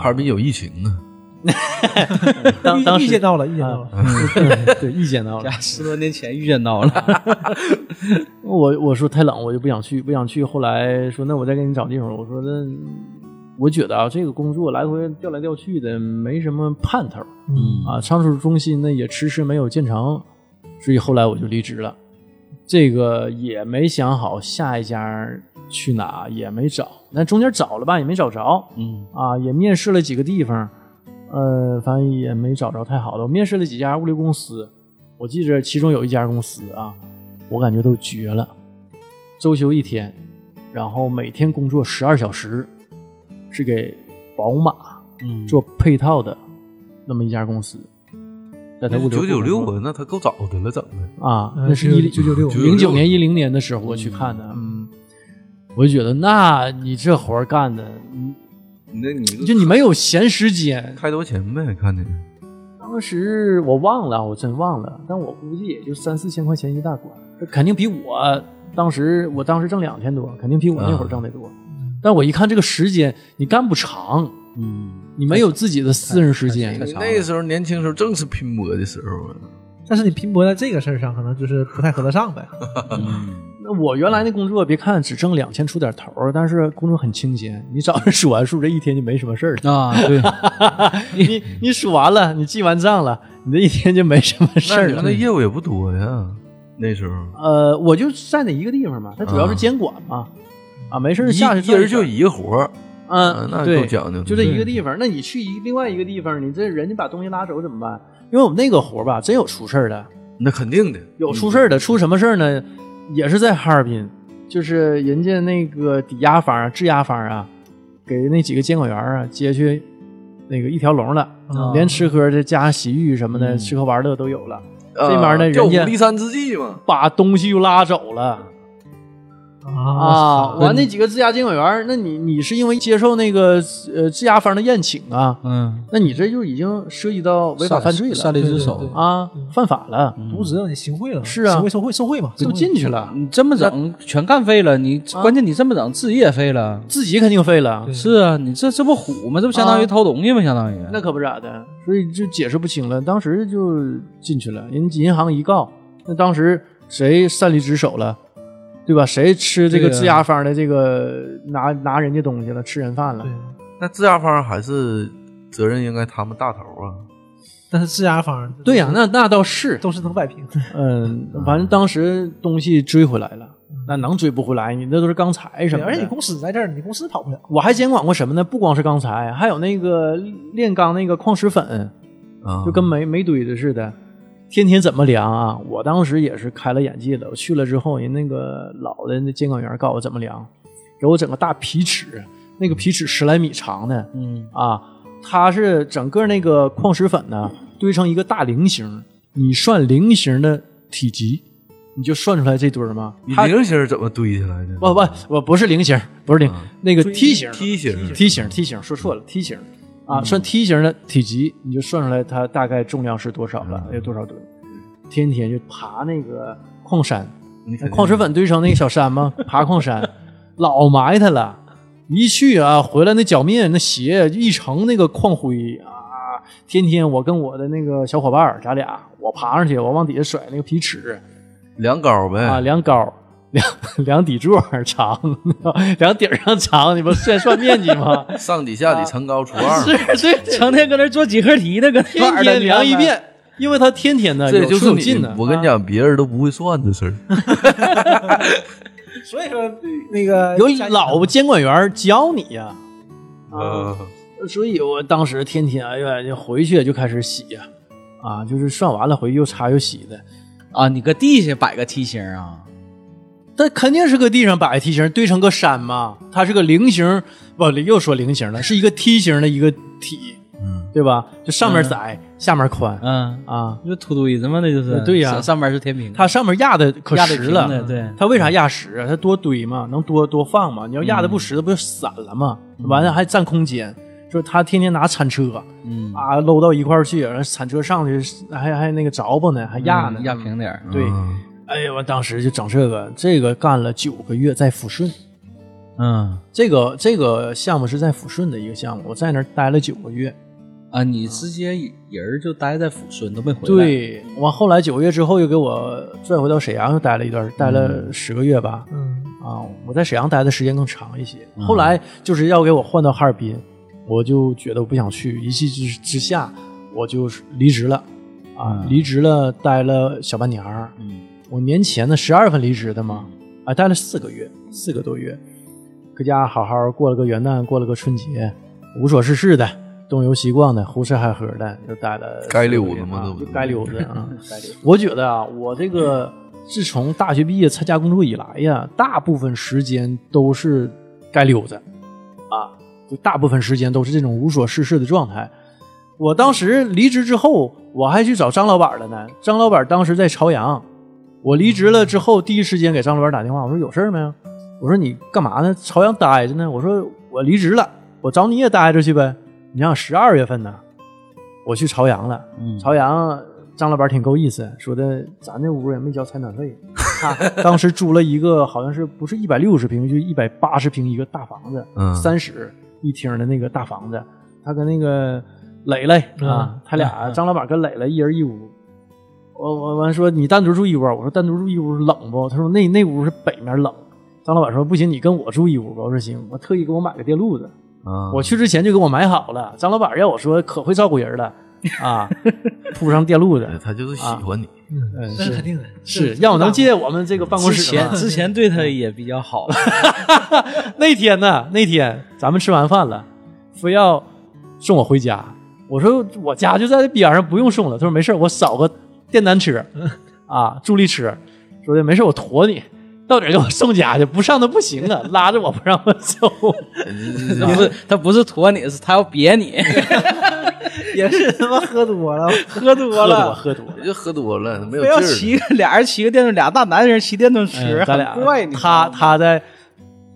哈尔滨有疫情啊，
当
遇
当
遇
时啊
见到了，遇见到了，
对意见到了
家，十多年前遇见到了，
我我说太冷，我就不想去，不想去。后来说那我再给你找地方。我说那我觉得啊，这个工作来回调来调去的，没什么盼头
嗯
啊。仓储中心呢也迟迟没有建成，所以后来我就离职了。这个也没想好下一家去哪，也没找。那中间找了吧，也没找着
嗯
啊，也面试了几个地方，呃，反正也没找着太好的。我面试了几家物流公司，我记着其中有一家公司啊，我感觉都绝了，周休一天，然后每天工作十二小时，是给宝马
嗯
做配套的那么一家公司，在他物流
九
部
九六
工作
啊，那他够早的了，整的。
啊，
嗯
那是一
九九六
九
零九年一零年的时候我去看的，嗯，我就觉得那你这活儿干的，嗯
那你
就你没有闲时间。
开多少钱呗？看你
当时我忘了，我真忘了，但我估计也就三四千块钱一大关，这肯定比我当时我当时挣两千多，肯定比我
嗯
那会儿挣得多。但我一看这个时间，你干不长，
嗯，
你没有自己的私人时
太
间
太太。长了
那时候年轻时候正是拼搏的时候啊。
但是你拼搏在这个事儿上，可能就是不太合得上 呗。
嗯
那我原来那工作，别看只挣两千出点头儿，但是工作很清闲。你早上数完数，这一天就没什么事儿了。
啊，对，
你你数完了，你记完账了，你这一天就没什么事
啊那
儿
你们
了
的。业务也不多呀，那时候
呃，我就站在一个地方嘛，它主要是监管嘛，啊，没事儿
一
下去
一
转
人就
转
一个活儿，啊
嗯，
那
对
够讲究的。
就这一个地方。那你去一另外一个地方，你这人家把东西拉走怎么办？因为我们那个活儿吧，真有出事儿的，
那肯定的。
有出事儿的。出什么事儿呢？也是在哈尔滨，就是人家那个抵押方啊、质押方啊，给那几个监管员儿啊接去那个一条龙了，
啊
连吃喝这加洗浴什么的，
嗯
吃喝玩乐都有了。
啊
这玩意儿呢人家
调虎离山之计嘛。
把东西又拉走了啊！
我
完那几个质押监管员儿，那你你是因为接受那个呃质押方的宴请啊？
嗯，
那你这就已经涉及到违法犯罪
擅
了
离职
对对
守
对
啊，犯法了，
渎职让你行贿了，
是啊
行贿受贿受贿嘛，
就进去
嗯
了，
你这么整全干废了，你关键你这么整自己也废了。
自己肯定废了
对，
是啊，你这这不虎吗？这不相当于偷东西吗？相当于
那可不咋的，所以就解释不清了。当时就进去了，人银行一告，那当时谁擅离职守了？对吧？谁吃这个
对
啊
呀
质押方的这个拿拿人家东西了，吃人饭了
对？。
那质押方还是责任应该他们大头啊。
但是质押方
对呀、那那倒是，
都是能摆平，
嗯，反正当时东西追回来了，那能追不回来？你那都是钢材什么的。
嗯而且你公司在这儿，你公司跑不了。
我还监管过什么呢？不光是钢材，还有那个炼钢那个矿石粉，
啊，
就跟煤煤堆子似的，天天怎么量啊？我当时也是开了眼界了。我去了之后，人那个老的那监管员告诉我怎么量，给我整个大皮尺，那个皮尺十来米长的
嗯
啊，它是整个那个矿石粉呢堆成一个大菱形，你算菱形的体积，你就算出来这堆儿吗？
你
它
菱形儿怎么堆起来的？
不不不不是菱形，不是菱，那个梯形，
梯形儿，
梯形，梯形，说错了，梯形啊，算梯形的体积，你就算出来它大概重量是多少了，
嗯
有多少吨。天天就爬那个矿山，哎
你肯定
矿石粉堆成那个小山吗？爬矿山，老埋汰了。一去啊，回来那脚面那鞋一成那个矿灰啊！天天我跟我的那个小伙伴儿，咱俩我爬上去，我往底下甩那个皮尺
量高呗。
啊，量高。量 量底座儿长， 量底儿上长，你不算算面积吗？
上底下底层高除二嘛，
啊是是，
成天搁那做几何题呢，搁那
天
玩儿呢
天量一，遍，因为他天天呢
这
有
啊就
出
是
有
你
进呢。。
我跟你
啊，
讲，别人都不会算这事儿。
所以说那个
哎有老监管员教你呀、
啊，
所以我当时天天哎呀，就回去就开始洗呀、啊，就是算完了回去又擦又洗的。
你啊，你搁地下摆个梯形啊，
但肯定是搁地上摆梯形堆成个山嘛，它是个菱形，不又说菱形了，是一个梯形的一个体，
嗯，
对吧？就上面窄，下面宽、
嗯，
啊。
就土堆子嘛，那就是
对呀
上上面是天平，
它上面压的可
压得
实
平
了，
的对，
它为啥压实啊？它多堆嘛，能多多放嘛？你要压的
嗯
不实，它不就散了嘛？完了还占空间。就是他天天拿铲车
嗯，
啊搂到一块儿去，然后铲车上去还还那个着吧呢，还压呢。
嗯压平点儿，
对，
嗯
哎呀，我当时就整这个，这个干了九个月，在抚顺。
嗯
这个这个项目是在抚顺的一个项目，我在那儿待了九个月。
啊，你直接人儿就待在抚顺都没回来，，
对，完后来九个月之后又给我拽回到沈阳，又待了一段，待了十个月吧。
嗯，
啊，我在沈阳待的时间更长一些。后来就是要给我换到哈尔滨，我就觉得我不想去，一气之之下我就是离职了。啊，
嗯
离职了，待了小半年儿。
嗯
我年前呢，十二份离职的嘛，啊，待了四个月，四个多月，搁家好好过了个元旦，过了个春节，无所事事的，东游西逛的，胡吃海喝的，就待了四个月。
该溜达嘛
啊
对不对
就该溜达啊。我觉得啊，我这个自从大学毕业参加工作以来呀，大部分时间都是该溜达，啊，就大部分时间都是这种无所事事的状态。我当时离职之后，我还去找张老板了呢。张老板当时在朝阳，我离职了之后，第一时间给张老板打电话，我说有事儿没有？我说你干嘛呢？朝阳待着呢？我说我离职了，我找你也待着去呗。你想十二月份呢，我去朝阳了。
嗯
朝阳张老板挺够意思，说的咱这屋也没交采暖费， 他当时租了一个好像是不是一百六十平，就一百八十平一个大房子，
嗯
三室一厅的那个大房子，他跟那个磊磊啊
嗯，
他俩张老板跟磊磊一人一屋。我我完说你单独住一屋啊，我说单独住一屋冷不？他说那那屋是北面冷。张老板说不行，你跟我住一屋吧。我说行，我特意给我买个电路子，
啊，
我去之前就给我买好了。张老板要我说可会照顾人了啊，铺上电路子，
哎 对他就是喜欢你，
嗯，
嗯
那是肯定的，
是
这
要我能借我们这个办公
之
室吗
前之前对他也比较 好，
那天呢，那天咱们吃完饭了，非要送我回家。我说我家就在边上，不用送了。他说没事儿，我扫个电单 车，啊，助力车。说的没事儿，我驮你到点儿给我送家去，不上那不行啊，拉着我不让我走。啊
不是他不是驮 你，是他要别你。
也是他妈 喝多了，
喝多
喝多
了，
喝多了，
就喝多了，没有
非
劲
要
儿
骑
了。
个俩人骑个电动，俩大男人骑电动车，
嗯咱俩
很怪你知道
他
吗。
他在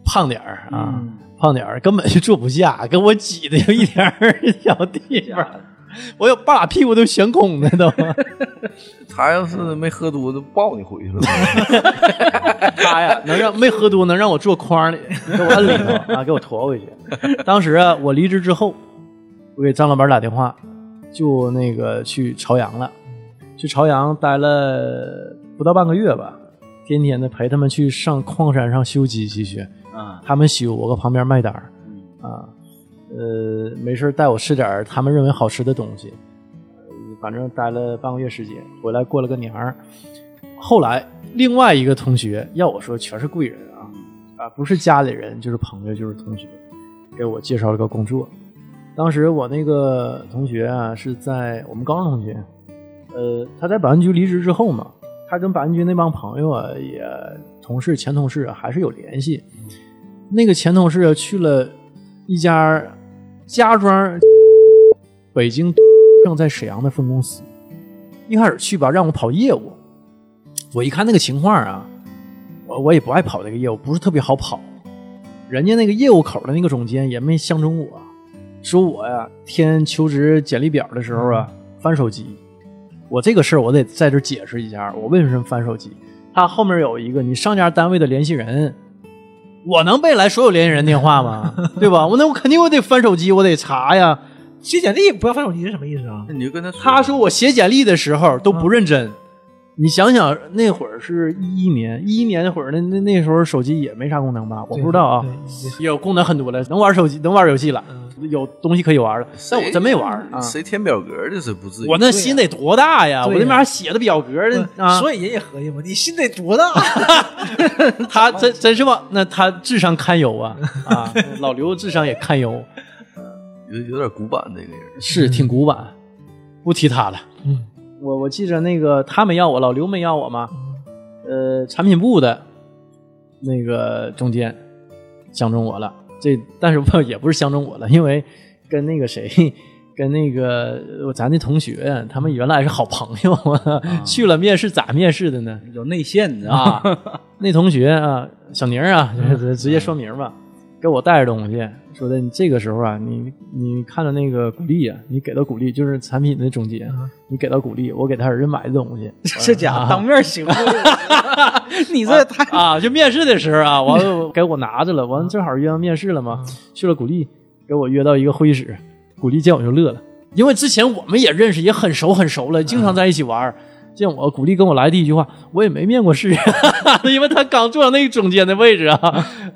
胖点儿啊，
嗯
胖点儿根本就坐不下，跟我挤的就一点儿 一小地方，我有半拉屁股都悬空的都。
他要是没喝多，就抱你回去 了。
他呀，能让没喝多，能让我坐筐里，给我摁里头啊，给我驮回去。当时啊，我离职之后，我给张老板打电话，就那个去朝阳了，去朝阳待了不到半个月吧，天天的陪他们去上矿山上修机器去，
啊，
他们修，我搁旁边卖单儿啊，呃，没事儿带我吃点儿他们认为好吃的东西，呃反正待了半个月时间，回来过了个年儿。后来另外一个同学，要我说全是贵人啊，啊，不是家里人就是朋友就是同学，给我介绍了个工作。当时我那个同学啊是在我们高中同学，呃，他在保安局离职之后嘛，他跟保安局那帮朋友啊，也同事、前同事啊还是有联系。那个前同事啊去了一家家装北京 正在沈阳的分公司，一开始去吧让我跑业务，我一看那个情况啊，我我也不爱跑这个业务，不是特别好跑。人家那个业务口的那个总监也没相中我，说我呀填求职简历表的时候啊翻手机，我这个事儿我得在这儿解释一下，我为什么翻手机。他后面有一个你上家单位的联系人，我能背来所有联系人电话吗？ 对吧？我那我肯定我得翻手机，我得查呀。
写简历不要翻手机是什么意思啊？
那你就跟他说
他说我写简历的时候都
嗯
不认真，你想想那会儿是一一年，一一年那会儿那那那时候手机也没啥功能吧？我不知道啊
对，嗯对
有功能很多了，能玩手机，能玩游戏了，有东西可以玩了。但我真没玩啊，
谁填表格的是不至于。
我那心得多大呀！我
对呀
那边还写的表格呢
对
啊，
所以人也合计嘛，你心得多大？啊
他真真是吧？那他智商堪忧啊 啊！老刘智商也堪忧，
有有点古板这个人，
是挺古板，不提他了。
嗯，
我我记着那个他没要我，老刘没要我嘛。呃，产品部的那个中间相中我了，这但是我也不是相中我了，因为跟那个谁，跟那个呃咱那同学，他们原来是好朋友啊，去了面试咋面试的呢？
有内线，你知道吗？
啊，那同学啊，小宁啊，就是 直接说名吧，给我带着东西，说的你这个时候啊，你你看着那个鼓励啊，你给到鼓励就是产品的总监，你给到鼓励，我给他儿子买的东西，
这家
啊
伙当面 行贿，你这太
啊，就面试的时候啊，完 了给我拿着了，完了正好约上面试了嘛，
嗯
去了古力，给我约到一个会议室，古力见我就乐了，因为之前我们也认识，也很熟很熟
嗯
了，经常在一起玩儿。见我古力跟我来第一句话，我也没面 过试，因为他刚坐上那个总监的位置啊，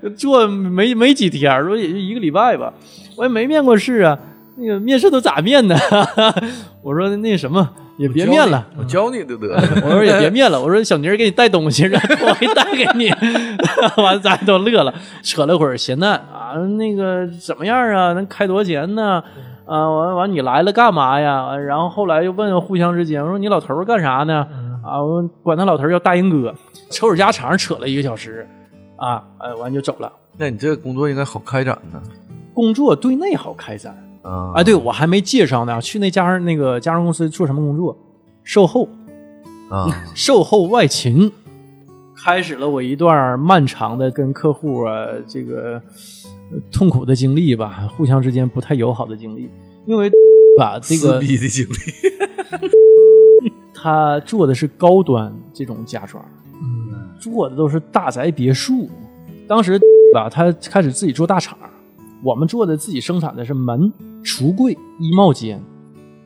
嗯
坐没没几天儿，说也就一个礼拜吧，我也没面过试啊。那个面试都咋面呢？ 我说那什么也别面了，
我教你就得了。
我说也别面了，我说小妮儿给你带东西，然后我给带给你， 完了咱都乐了，扯了会儿闲淡啊，那个怎么样啊？能开多少钱呢？啊，完完你来了干嘛呀？然后后来又问互相之间，我说你老头儿干啥呢？啊，我们管他老头儿叫大英哥，扯手家常扯了一个小时，啊，呃，完就走了。
那你这个工作应该好开展呢。
工作对内好开展
啊
啊，对我还没介绍呢，去那家儿那个家装公司做什么工作？售后，
啊，
售后外勤，开始了我一段漫长的跟客户啊这个呃痛苦的经历吧，互相之间不太友好的经历，因 为吧这
撕
个
逼的经历，
他做的是高端这种家装，嗯做的都是大宅别墅。当时吧，他开始自己做大厂，我们做的自己生产的是门、橱柜、衣帽间，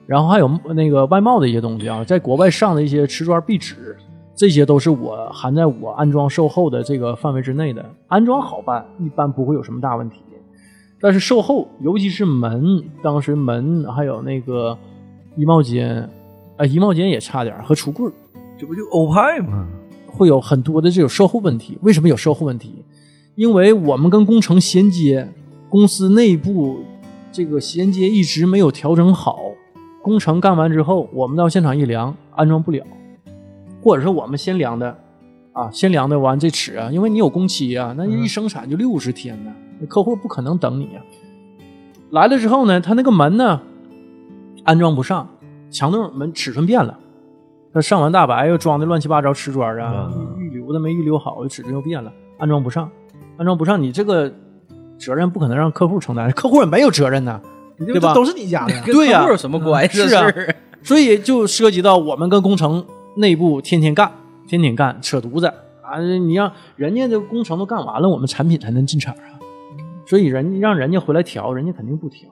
然后还有那个外贸的一些东西啊，在国外上的一些瓷砖、壁纸，这些都是我含在我安装售后的这个范围之内的。安装好办，一般不会有什么大问题。但是售后，尤其是门，当时门还有那个衣帽间，啊，衣帽间也差点儿和橱柜儿
这不就欧 派吗？
会有很多的这种售后问题。为什么有售后问题？因为我们跟工程衔接，公司内部这个衔接一直没有调整好。工程干完之后，我们到现场一量，安装不了，或者说我们先量的，啊，先量的完这尺啊，因为你有工期啊，那一生产就六十天呢、那客户不可能等你啊。来了之后呢，他那个门呢安装不上，墙洞门尺寸变了，他上完大白又装的乱七八糟瓷砖啊，
嗯
预预留的没预留好，尺寸又变了，安装不上，安装不上，你这个责任不可能让客户承担，客户也没有责任呢，对
这
吧？
都是你家的呀，
跟
对呀
客户有什么关系？
是啊
这事儿
所以就涉及到我们跟工程内部天天干，天天干扯犊子啊！你让人家这工程都干完了，我们产品才能进厂啊。所以人让人家回来调，人家肯定不调。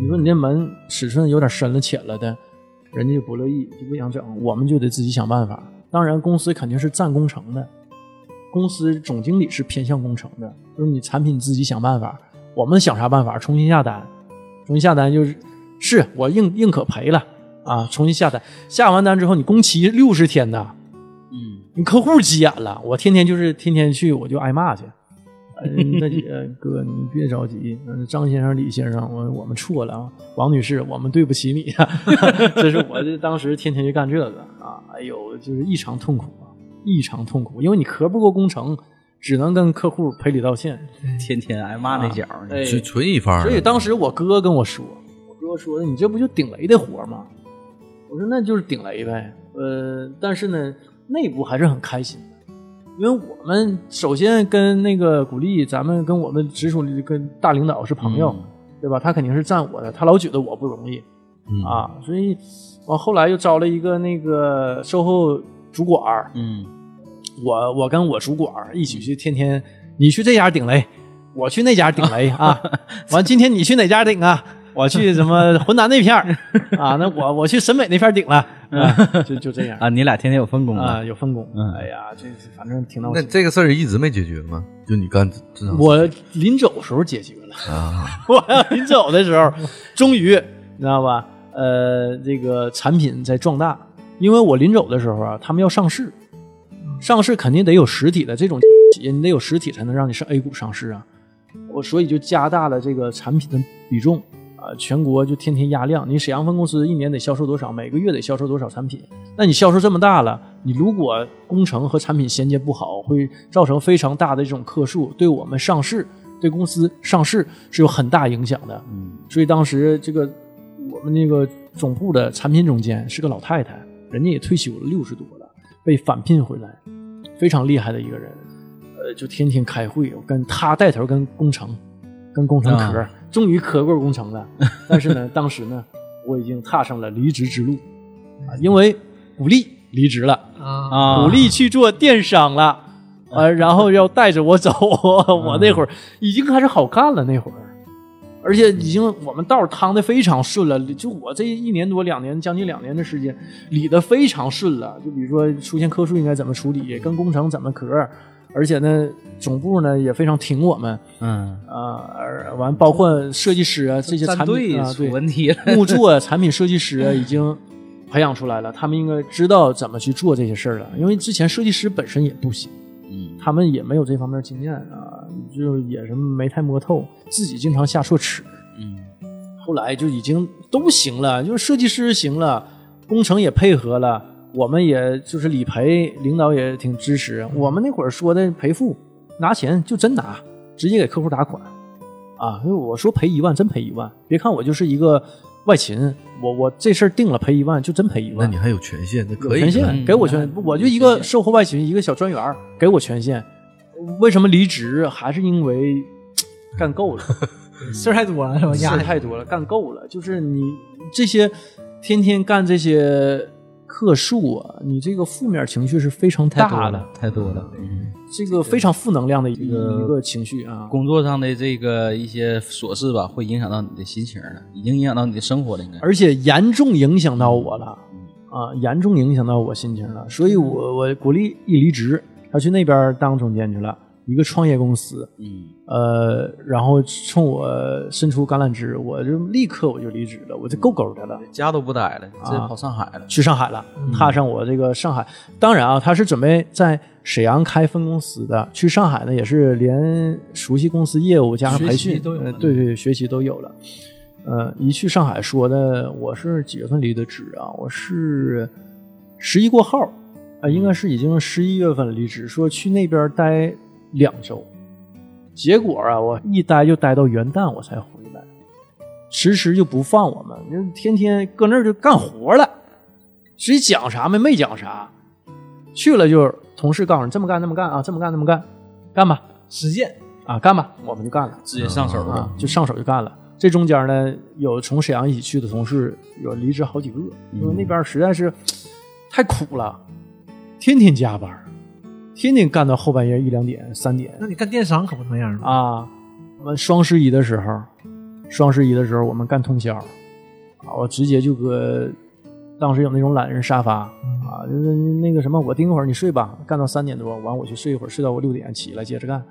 你说你这门尺寸有点深了浅了的，人家就不乐意，就不想整，我们就得自己想办法。当然，公司肯定是占工程的，公司总经理是偏向工程的，就是你产品你自己想办法，我们想啥办法，重新下单，重新下单就是是我硬硬可赔了啊，重新下单，下完单之后你工期六十天呐，
嗯，
你客户急眼了，我天天就是天天去，我就挨骂去。嗯，那姐 哥，你别着急。嗯，张先生、李先生，我我们错了啊，王女士，我们对不起你。啊 这是我这当时天天就干这个啊，哎呦，就是异常痛苦啊，异常痛苦，因为你壳不过工程，只能跟客户赔礼道歉。
天天挨骂那脚儿呢，
哎
纯纯一方的。
所以当时我哥跟我说，我哥说你这不就顶雷的活吗？我说那就是顶雷呗。呃，但是呢，内部还是很开心的，因为我们首先跟那个古力，咱们跟我们直属跟大领导是朋友，
嗯
对吧？他肯定是赞我的，他老觉得我不容易
嗯，
啊，所以完后来又招了一个那个售后主管儿，
嗯，
我我跟我主管儿一起去，天天你去这家顶雷，我去那家顶雷 啊。完，今天你去哪家顶啊？我去什么浑南那片 儿啊？那我我去沈北那片儿顶了，啊、就就这样
啊，你俩天天有分工
啊，
啊？
有分工。
嗯
哎呀，这反正挺闹
那
心。
这个事儿一直没解决吗？就你干这这场事
我临走的时候解决了，
啊，
我要临走的时候，终于你知道吧？呃，这个产品在壮大，因为我临走的时候啊，他们要上市，上市肯定得有实体的这种 企业，你得有实体才能让你上 A 股上市啊。我所以就加大了这个产品的比重啊、全国就天天压量。你沈阳分公司一年得销售多少，每个月得销售多少产品？那你销售这么大了，你如果工程和产品衔接不好，会造成非常大的这种客数，对我们上市、对公司上市是有很大影响的。
嗯，
所以当时这个我们那个总部的产品总监是个老太太，人家也退休了，六十多了，被返聘回来，非常厉害的一个人。呃，就天天开会，我跟他带头跟工程，跟工程壳，终于磕过工程了。但是呢，当时呢，我已经踏上了离职之路，啊，因为古力离职了。
啊，
啊，
鼓励去做电商了，啊，然后要带着我 走。我我那
啊
会儿已经开始好干了，那会儿，而且已经我们道儿趟的非常顺了。就我这一年多两年，将近两年的时间，理的非常顺了。就比如说出现科数应该怎么处理，跟工程怎么壳儿，而且呢，总部呢也非常挺我们
嗯，
啊，而完包括设计师啊这些
战
产
队
品啊，
出
对，
问题 了，
木作产品设计师已经培养出来了，他们应该知道怎么去做这些事儿了。因为之前设计师本身也不行，
嗯，
他们也没有这方面经验啊，就也是没太摸透，自己经常下错尺。
嗯，
后来就已经都行了，就是设计师行了，工程也配合了，我们也就是理赔，领导也挺支持。我们那会儿说的赔付，拿钱就真拿，直接给客户打款啊。因为我说赔一万，真赔一万。别看我就是一个外勤，我我这事儿定了赔一万，就真赔一
那
万
你。还有权限，那
有
可以
权
的
限，
嗯
给我权，
那
我就一
有权
个
限
售后外勤，一个小专员儿，给我权限。为什么离职？还是因为干够了。
事儿太多了是吧？
事
哦压
儿
力
太多了，干够了。就是你这些天天干这些客数啊，你这个负面情绪是非常
太
大
多
的
了，，太多了。
这个非常负能量的一
个
一个情绪啊。
工作上的这个一些琐事吧，会影响到你的心情了，已经影响到你的生活了，应该。
而且严重影响到我了，啊，严重影响到我心情了。所以我我鼓励一离职，他去那边当总监去了，一个创业公司，
嗯，
呃，然后冲我伸出橄榄枝，我就立刻我就离职了，我就够够的了。
家都不待了，直接
啊
跑上海了。
去上海了，
嗯
踏上我这个上海。当然啊，他是准备在沈阳开分公司的，去上海呢也是连熟悉公司业务加上培
学习
训
都有了
呃对对，学习都有了。呃，一去上海说的，我是几月份离的职啊？我是十一过后，啊、应该是已经十一月份离职，说去那边待两周。结果啊，我一待就待到元旦，我才回来，迟迟就不放我们，就天天搁那儿就干活了。谁讲啥没没讲啥，去了就是同事告诉你这么干那么干啊，这么干那么干，干吧
实践，
啊干吧，我们就干了
直接上手
啊
了，，
就上手就干了。这中间呢，有从沈阳一起去的同事有离职好几个，因
嗯
为那边实在是太苦了，天天加班，天天干到后半夜一两点、三点，
那你干电商可不那样吗？
啊，我们双十一的时候，双十一的时候我们干通宵，啊，我直接就搁当时有那种懒人沙发啊，就是那个什么，我盯会儿你睡吧，干到三点多，完我去睡一会儿，睡到我六点起来接着干。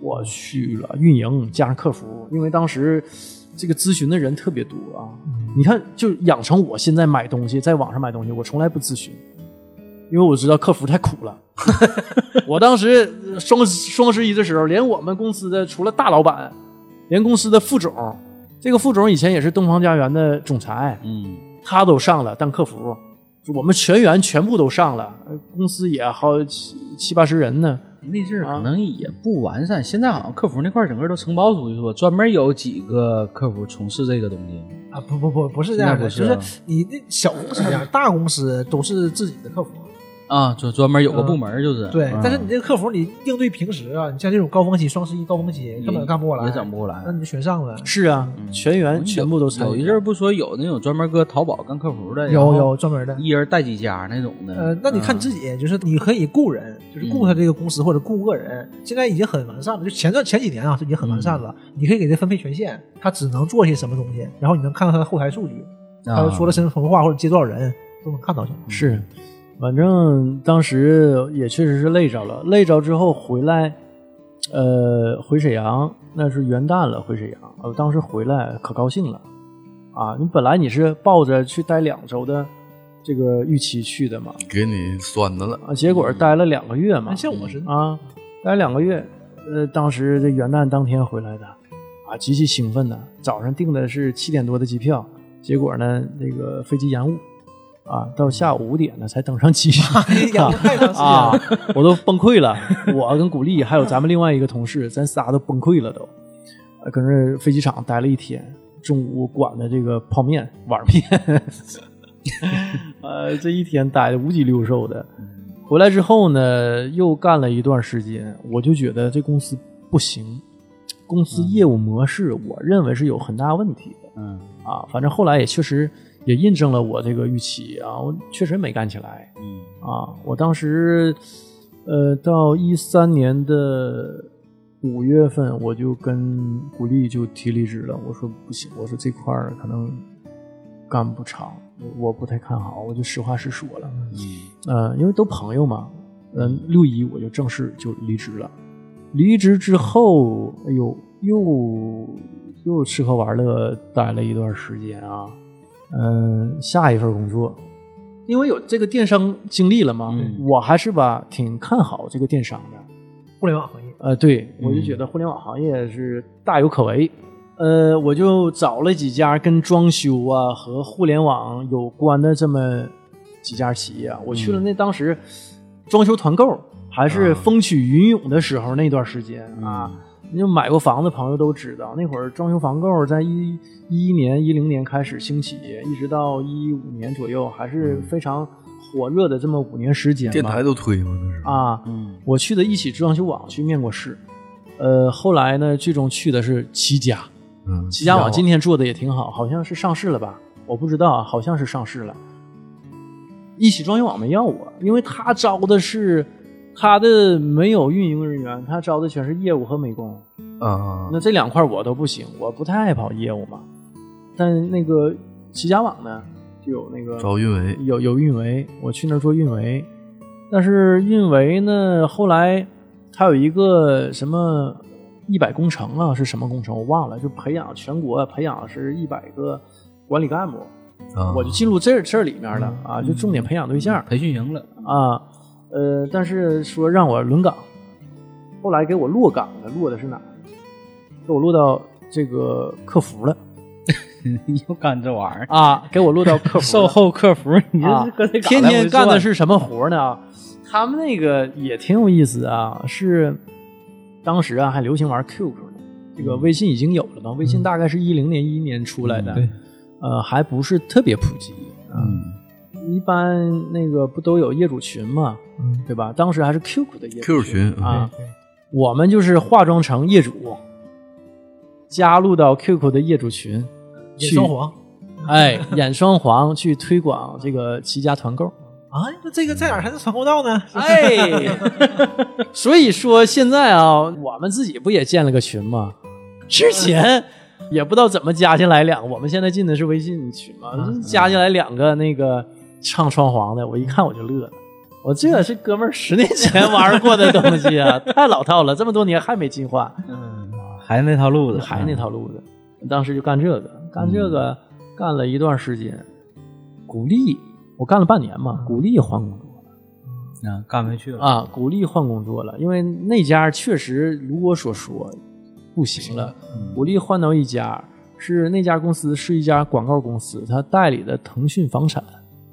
我去了，运营加上客服，因为当时这个咨询的人特别多啊。你看，就养成我现在买东西，在网上买东西，我从来不咨询，因为我知道客服太苦了。我当时呃双双十一的时候，连我们公司的除了大老板，连公司的副总，这个副总以前也是东方家园的总裁，
嗯，
他都上了当客服，就我们全员全部都上了，呃公司也好七七八十人呢。
那阵儿
啊
可能也不完善，现在好像客服那块儿整个都承包出去了，专门有几个客服从事这个东西。
啊，不不不，不是这样的，
那不是啊
就是你那小公司这样，大公司都是自己的客服。
啊，就专门有个部门儿就是。
对，
嗯
但是你这个客服，你应对平时啊，你像这种高峰期、双十一高峰期，根本干不过来，
嗯也整不过来
那。你就全上呗。
是啊，全员
嗯有
全部都参与。
有一阵儿不说有那种专门搁淘宝干客服的，
有
然后嗯
有专门的，
一人带几家那种的。
呃，那你看你自己，就是你可以雇人，就是雇他这个公司或者雇个人，现在已经很完善了。就前段前几年啊，就已经很完善了。
嗯
你可以给他分配权限，他只能做些什么东西，然后你能看到他的后台数据，他
啊嗯
说了什么话或者接多少人都能看到去。
是，反正当时也确实是累着了，累着之后回来，呃，回沈阳那是元旦了，回沈阳，呃，当时回来可高兴了，啊，你本来你是抱着去待两周的这个预期去的嘛，
给你酸的了。
啊，结果待了两个月嘛
那，哎像我是
嗯
啊，待两个月，呃，当时这元旦当天回来的，啊，极其兴奋的。早上订的是七点多的机票，结果呢，那个飞机延误，啊，到下午五点呢才登上机。
养太长时间
啊
了，，
我都崩溃了。我跟古丽还有咱们另外一个同事，咱仨都崩溃了都，呃搁那飞机场待了一天，中午管的这个泡面、碗面， 呃，这一天待的五脊六兽的。
嗯
回来之后呢，又干了一段时间，我就觉得这公司不行，公司业务模式我认为是有很大问题的。
嗯
啊，反正后来也确实也印证了我这个预期啊，我确实没干起来。
嗯
啊，我当时呃到一三年的五月份，我就跟古丽就提离职了。我说不行，我说这块儿可能干不长，我我不太看好，我就实话实说了。
嗯
呃，因为都朋友嘛，嗯、六一我就正式就离职了。离职之后，哎呦，又又吃喝玩乐待了一段时间啊。嗯、下一份工作，因为有这个电商经历了嘛，
嗯
我还是吧挺看好这个电商的。
互联网行业
呃，对，我
嗯
就觉得互联网行业是大有可为。呃，我就找了几家跟装修啊和互联网有关的这么几家企业，我去
嗯
了那当时装修团购还
啊
是风起云涌的时候那段时间啊，你就买过房子朋友都知道，那会儿装修团购在一一一年、一零年开始兴起，一直到一五年左右还是非常火热的这么五年时间吧。
嗯电台都推吗？那是
啊，
嗯
我去的一起装修网去面过试，呃，后来呢，最终去的是齐家，
嗯，
齐家网今天做的也挺好，好像是上市了吧？我不知道啊，好像是上市了。一起装修网没要我，因为他招的是他的没有运营人员，他招的全是业务和美工。
啊，
那这两块我都不行，我不太爱跑业务嘛。但那个齐家网呢，就有那个
招运维，
有有运维，我去那儿做运维，但是运维呢，后来它有一个什么一百工程啊，是什么工程我忘了，就培养全国啊培养是一百个管理干部，
啊
我就进入这这里面了啊，就重点培养对象
培训营了，
啊，呃，但是说让我轮岗，后来给我落岗了，落的是哪儿？给我落到这个客服了
你又干这玩意儿，
啊，给我落到 客服了
后客服，你
啊
这搁这，
天天干的是什么活呢？他们那个也挺有意思啊，是当时啊还流行玩 QQ 呢，这
嗯
个微信已经有了嘛，微信大概是一零年一一年出来的，
对
呃，还不是特别普及。啊
嗯
一般那个不都有业主群嘛，
嗯
对吧？当时还是 QQ 的业主
Q 群嗯
啊，
对对
我们就是化妆成业主，加入到 QQ 的业主 群，
眼
去
双黄
哎，演双簧去推广这个齐家团购。
啊，那这个在哪儿才能团购到呢？
哎，所以说现在啊，我们自己不也建了个群吗？ 之前也不知道怎么加进来两个，我们现在进的是微信群嘛，加进来两个那个唱双簧的，我一看我就乐了。我这是哥们儿十年前玩过的东西 啊，太老套了，这么多年还没进化，
嗯，还是那套路子，
还那套路子。当时就干这个，干这个、干了一段时间，鼓励我干了半年嘛，鼓励换工作。
啊，干没去了，
啊，鼓励换工作了，因为那家确实如我所说，不行了。鼓励换到一家是那家公司是一家广告公司，它代理的腾讯房产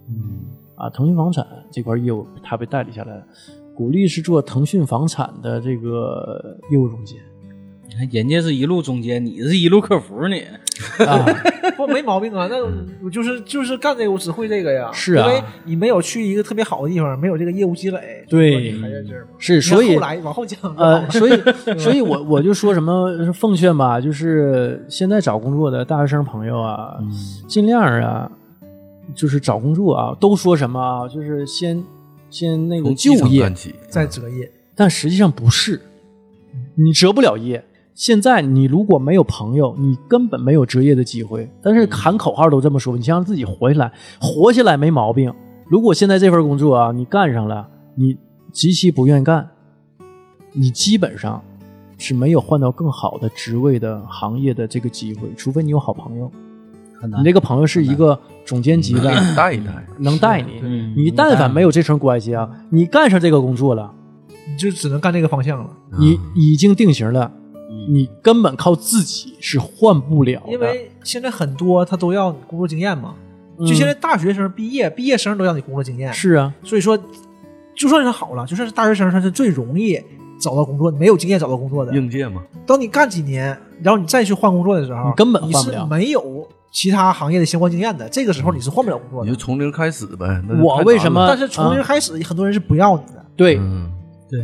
嗯
啊，腾讯房产这块业务它被代理下来了。鼓励是做腾讯房产的这个业务总监
你看人家是一路中间，你是一路客服呢，
啊，
不没毛病啊，那我就是就是干这个，我只会这个呀。
嗯是啊
因为你没有去一个特别好的地方，没有这个业务积累，
对
还在这儿嘛。
是所 以
你看后来往后讲就好了，
呃，所以，所以我我就说什么奉劝吧，就是现在找工作的大学生朋友啊，尽量啊，就是找工作啊，都说什么啊，就是先先那个
从
就
基层
业
干，起，
再择业，
但实际上不是，你择不了业。现在你如果没有朋友，你根本没有择业的机会。但是喊口号都这么说，你先让自己活下来，活下来没毛病。如果现在这份工作啊，你干上了，你极其不愿干，你基本上是没有换到更好的职位的行业的这个机会，除非你有好朋友。
很难
你这个朋友是一个总监级的，
带一带，
能带你。
嗯
你但凡没有这层关系啊，你干上这个工作了，
你就只能干这个方向了。
你已经定型了，
嗯
你根本靠自己是换不了的。
因为现在很多他都要你工作经验嘛，就现在大学生毕业，毕业生都要你工作经验，
嗯是啊，
所以说，就算是好了，就算是大学生，他是最容易找到工作，没有经验找到工作的。
应届嘛，
当你干几年，然后你再去换工作的时候，
你根本换不
你
了
是没有其他行业的相关经验的。这个时候你是换不了工作
你就
的。
从零开始呗。那就
我
太
为
难
什
了？
么？
但是从零
啊
开始，很多人是不要你的。
对
嗯，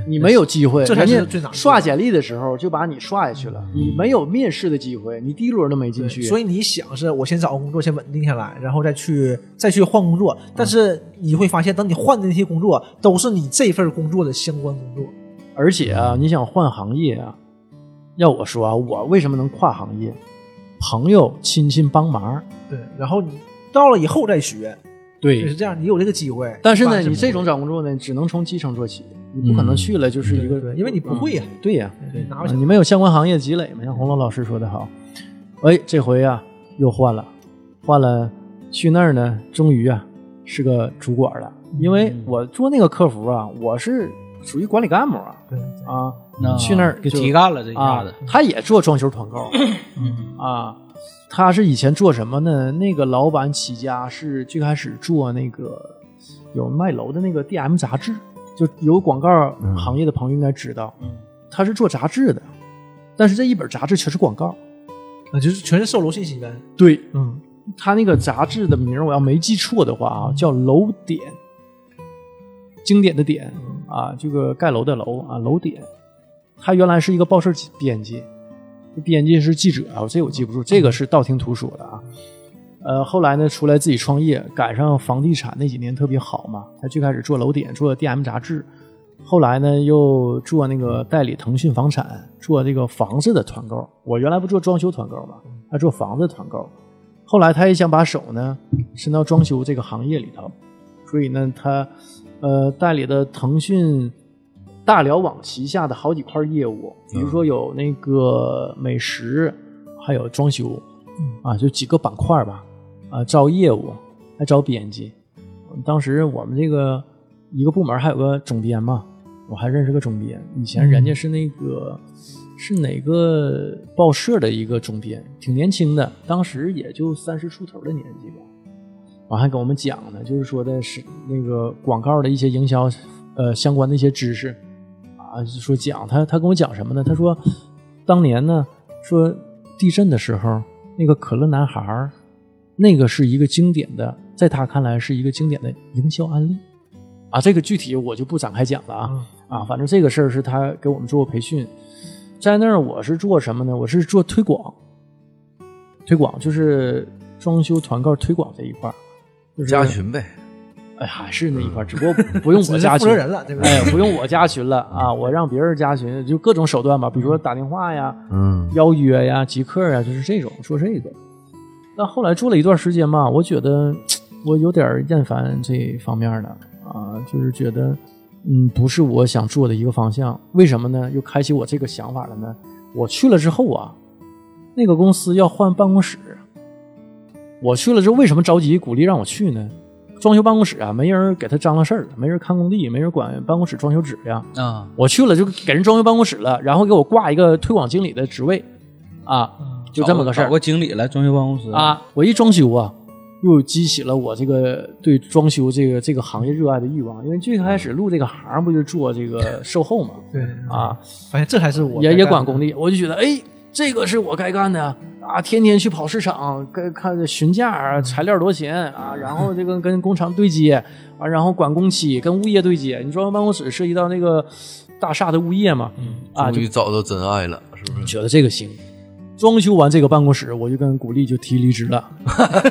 你没有机会，
这才
人
是
家
最难的嗯
刷简历的时候就把你刷下去了，你没有面试的机会，你第一轮都没进去。
所
以
以你想是我先找个工作，先稳定下来，然后再去再去换工作。
嗯
但是你会发现，等你换的那些工作，都是你这份工作的相关工作。
而且啊，你想换行业啊，要我说啊，我为什么能跨行业？朋友、亲戚帮忙，
对，然后你到了以后再学，也是
对。
这样，你有这个机会。
但是呢，
一般
你这种找工作呢，只能从基层做起，你不可能去了就是一个，
对因为你不会呀
嗯对呀，
对拿
啊
不起来
你们有相关行业积累吗？像洪龙老师说的好，哎，这回啊又换了，换了去那儿呢，终于啊是个主管了。因为
嗯
我做那个客服啊，我是属于管理干部啊
对
啊，
那
去那儿
给
就
提干了这一下
啊
子，，嗯
他也做装修团购啊。他是以前做什么呢？那个老板起家是最开始做那个有卖楼的那个 DM 杂志，就有广告行业的朋友应该知道，
嗯，
他是做杂志的，但是这一本杂志全是广告。
啊，就是全是售楼信息呗。
对
嗯，
他那个杂志的名儿，我要没记错的话啊，叫《楼点》，经典的点啊，这个盖楼的楼啊，楼点。他原来是一个报社编辑，编辑是记者啊，这我记不住，这个是道听途说的啊。呃，后来呢，出来自己创业，赶上房地产那几年特别好嘛，他最开始做楼点，做 DM 杂志，后来呢又做那个代理腾讯房产，做这个房子的团购。我原来不做装修团购嘛，他做房子团购。后来他也想把手呢伸到装修这个行业里头，所以呢，他呃代理的腾讯大辽网旗下的好几块业务，比如说有那个美食，还有装修，啊，就几个板块吧，啊，招业务，还招编辑。当时我们这个一个部门还有个总编嘛，我还认识个总编，以前人家是那个。是哪个报社的一个总编，挺年轻的，当时也就三十出头的年纪吧。完还跟我们讲呢，就是说的是那个广告的一些营销，呃，相关的一些知识啊，就说讲他他跟我讲什么呢？他说，当年呢，说地震的时候，那个可乐男孩儿，那个是一个经典的，在他看来是一个经典的营销案例啊。这个具体我就不展开讲了啊。
嗯
啊，反正这个事儿是他给我们做过培训，在那儿我是做什么呢？我是做推广，推广就是装修团购推广这一块儿，就是
加，群呗，
哎，还是那一块儿，只不过不不用我
只是
加
负
群
责人了，对不对？
哎，不用我加群了啊，我让别人加群，就各种手段吧，比如说打电话呀，
嗯，
邀约呀、即刻呀，就是这种说这个。但后来做了一段时间吧，我觉得我有点厌烦这方面的啊，就是觉得嗯，不是我想做的一个方向。为什么呢？又开启我这个想法了呢？我去了之后啊，那个公司要换办公室，我去了之后为什么着急鼓励让我去呢？装修办公室啊，没人给他张罗事儿，没人看工地，没人管办公室装修质量，
啊，
我去了就给人装修办公室了，然后给我挂一个推广经理的职位，啊，就这么个事
找
儿
个经理来装修办公室，
啊。我一装修啊，又激起了我这个对装修这个这个行业热爱的欲望，因为最开始入这个行不就做这个售后嘛，
对，
啊，
发现这才是我
也
该
也
干
管
的
工地，我就觉得哎，这个是我该干的啊！天天去跑市场，跟看询价啊，材料多少钱啊，然后这个跟工厂对接啊，然后管工期，跟物业对接。你装修办公室涉及到那个大厦的物业嘛，啊，就
终于找到真爱了，是不是？
觉得这个行。装修完这个办公室，我就跟古力就提离职了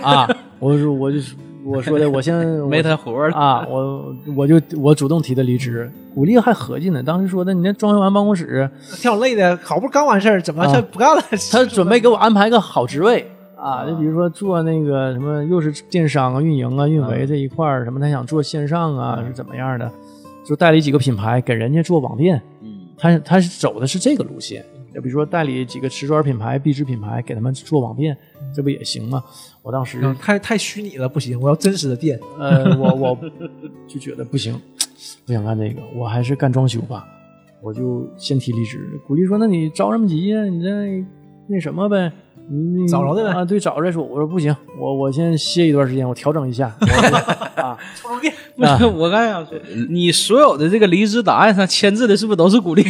啊！我说我就我说的，我先
没他活了。
啊，我我就我主动提的离职。古力还合计呢，当时说的，你那装修完办公室，
挺累的，好不容易刚完事儿，怎么
啊
这不干了？
他准备给我安排一个好职位啊，就比如说做那个什么，又是电商啊、运营啊、运维这一块儿，什么他想做线上啊，是怎么样的？就代理几个品牌给人家做网店，
嗯，
他他是走的是这个路线，就比如说代理几个瓷砖品牌、壁纸品牌给他们做网店，这不也行吗？我当时
嗯 太太虚拟了，不行，我要真实的店。
呃，我 我就觉得不行，不想干这个，我还是干装修吧。我就先提离职。古丽说：“那你着什么急呀？你这那什么呗，你你
找着的呗
啊？对，找着再说。”我说：“不行，我我先歇一段时间，我调整一 下。我”啊，
不是， 我刚想说，你所有的这个离职档案上签字的是不是都是古 力？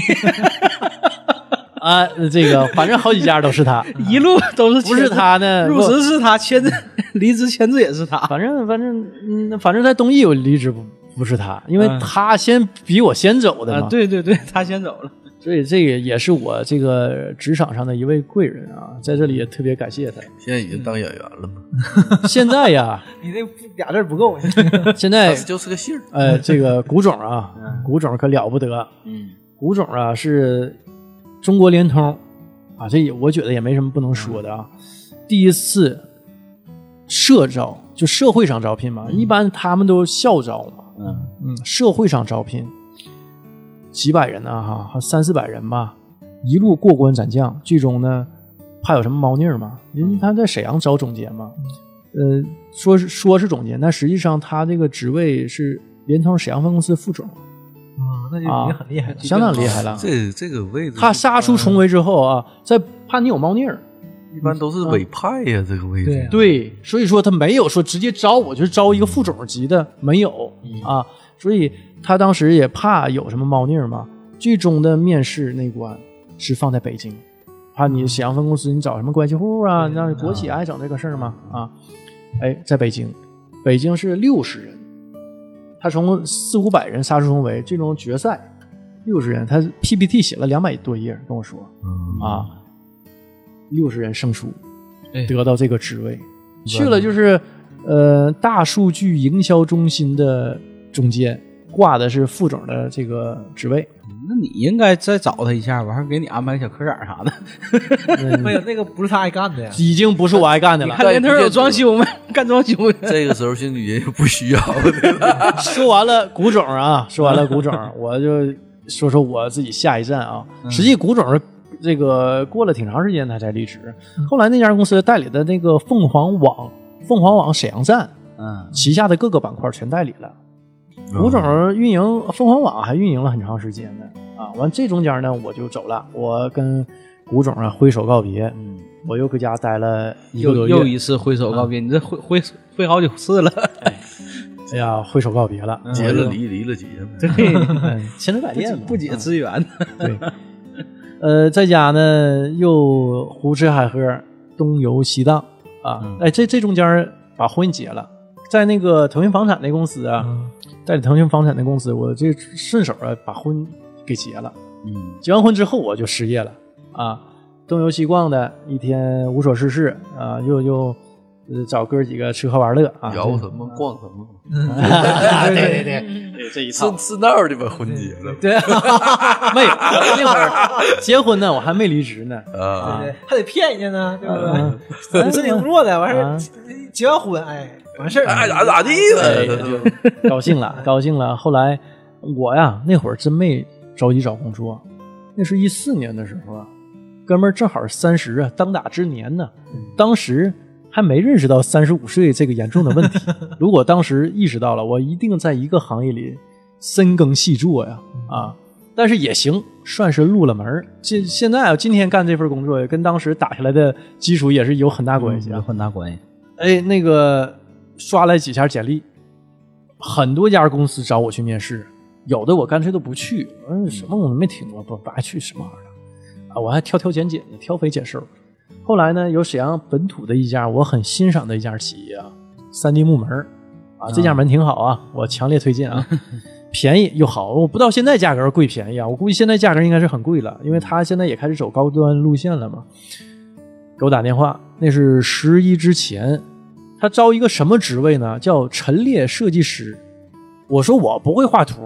啊，这个反正好几家都是 他，
一路都是
不是
签字
他呢，
入
我
职是他，签字 离职签字也是他。
反正反正嗯，反正在东艺我离职不不是他，因为
嗯
他先比我先走的嘛。
啊，对对对，他先走了。
所以这个也是我这个职场上的一位贵人啊，在这里也特别感谢他。
现在已经当演员了嘛，
现在 呀，
你这不俩字儿不 够，
现在
但是就是个姓儿，
呃，这个古总啊，古总可了不得，
嗯，
古总啊是中国联通啊，这也我觉得也没什么不能说的啊。
嗯
第一次社招就社会上招聘嘛，一般他们都校招嘛，
嗯
嗯，社会上招聘几百人呢、啊哈，哈，三四百人吧，一路过关斩将，最终呢，怕有什么猫腻儿嘛？因
嗯
为他在沈阳招总监嘛，呃，说是说是总监，但实际上他这个职位是联通沈阳分公司副总，
啊，那就已经很 厉害了。
相当厉害了。
这这个位置，
他杀出重围之后啊，在怕你有猫腻儿，
一般都是委派呀，这个位
对
置
啊。
对，所以说他没有说直接招我，就是招一个副总级的，没有啊。所以他当时也怕有什么猫腻儿嘛。最终的面试那关是放在北京，怕你沈阳分公司你找什么关系户啊，你让国企爱整这个事儿嘛啊。哎，在北京，北京是六十人，他从四五百人杀出重围，最终决赛六十人，他 PPT 写了两百多页，跟我说
嗯
啊，六十人胜出。
哎
得到这个职位，去了就是呃大数据营销中心的中间，挂的是副总的这个职位。
那你应该再找他一下，完事儿给你安排个小科长啥 的。嗯
没有那个不是他爱干的呀。
已经不是我爱干的
你
了。
看连头有装修吗？ 干装修的。
这个时候心理也不需要的。
说完了古总啊， 说完了古总，我就说说我自己下一站啊。实际古总是这个过了挺长时间他才离职，后来那家公司代理的那个凤凰网，凤凰网沈阳站
嗯，
旗下的各个板块全代理了。吴总运营凤凰网还运营了很长时间呢，啊，完这中间呢我就走了，我跟古总啊挥手告别，我又搁家待了一个
又
多
又
月，
一次挥手告别，你这挥挥挥好几次了。
哎呀，挥手告别了，
结了离，离了结呗。
对，
嗯，千里百
不解
遍嘛啊
不解之缘。
对，呃，在家呢又胡吃海喝，东游西荡啊，
嗯
哎，这这中间把婚结了，在那个腾讯房产那公司啊，
嗯
代理腾讯房产那公司，我这顺手啊把婚给结了。
嗯，
结完婚之后我就失业了啊，东游西逛的一天无所事事啊，又又呃找哥几个吃喝玩乐啊，
摇什么逛什么，
对对对对，这一
是是那儿的吧？婚结了
对， 没有那会儿结婚呢，我还没离职呢，
啊，
对还得骗人家呢，对
嗯
不对？你是挺弱的，完事
啊
儿结完婚，哎，完事儿，
爱咋咋地
哎
了。
高兴了，高兴了。后来我呀，那会儿真没着急找工作，那是一四年的时候啊，哥们儿正好三十啊，当打之年呢。当时还没认识到三十五岁这个严重的问题，如果当时意识到了，我一定在一个行业里深耕细作呀，啊。但是也行，算是入了门儿。现现在啊，今天干这份工作，跟当时打下来的基础也是有很大关系啊。
有很大关系。
哎，那个刷了几下简历，很多家公司找我去面试，有的我干脆都不去，嗯，什么我没听过，不白去什么玩意儿的啊！我还挑挑拣拣的，挑肥拣瘦。后来呢，有沈阳本土的一家我很欣赏的一家企业啊，三 D 木门儿啊，这家门挺好啊，我强烈推荐啊，便宜又好。我不知道现在价格贵便宜啊，我估计现在价格应该是很贵了，因为它现在也开始走高端路线了嘛。给我打电话，那是十一之前，他招一个什么职位呢？叫陈列设计师。我说我不会画图，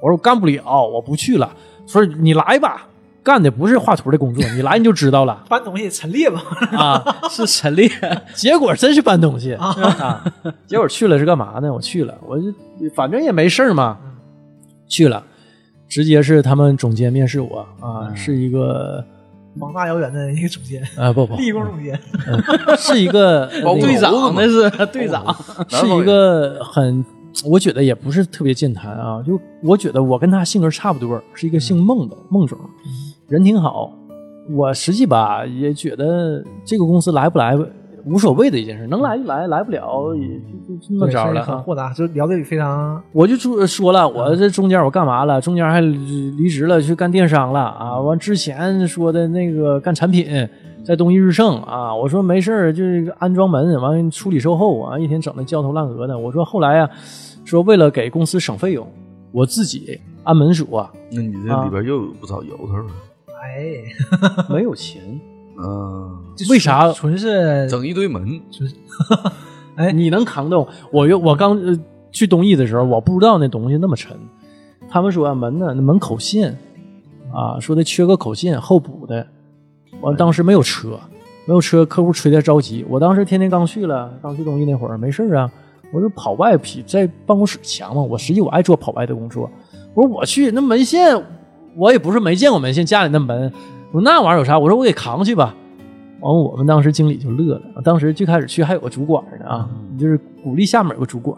我说我干不了，我不去了。说你来吧，干的不是画图的工作，你来你就知道了
搬东西陈列吧，
啊。
是陈列，
结果真是搬东西啊！结果去了是干嘛呢？我去了，我就反正也没事儿嘛，去了，直接是他们总监面试我啊，是一个
膀大腰圆的一个总监，
呃不不，
立功 总监，
嗯是一个
包括
那
队
个
长那是 队长。
是一个很，我觉得也不是特别健谈啊，就我觉得我跟他性格差不多，是一个姓孟的孟总，人挺好。我实际吧也觉得这个公司来不来无所谓的一件事，能来就来，来不了也就就就那么着
对
了
是很
啊。
豁达，就聊得非常
我就说说了，我这中间我干嘛了？中间还离职了，去干电商了啊！完之前说的那个干产品，在东一日盛啊，我说没事儿，就是安装门，完处理售后啊，一天整的焦头烂额的。我说后来啊，说为了给公司省费用，我自己安门锁、啊，
那你这里边又有不少由头了。
哎，
没有钱，
嗯，
为啥
纯
呃
是
整一堆门，
哎你能扛动？我又我刚、呃去东艺的时候，我不知道那东西那么沉。他们说、啊、门呢，那门口线啊，说的缺个口线后补的。完当时没有车，没有车，客户催的着急。我当时天天刚去了，刚去东艺那会儿没事儿啊，我就跑外比在办公室强嘛。我实际我爱做跑外的工作。我说我去那门线，我也不是没见过门线，家里那门，我说那玩意儿有啥？我说我给扛去吧。完，我们当时经理就乐了。当时最开始去还有个主管呢啊，就是鼓励下面有个主管，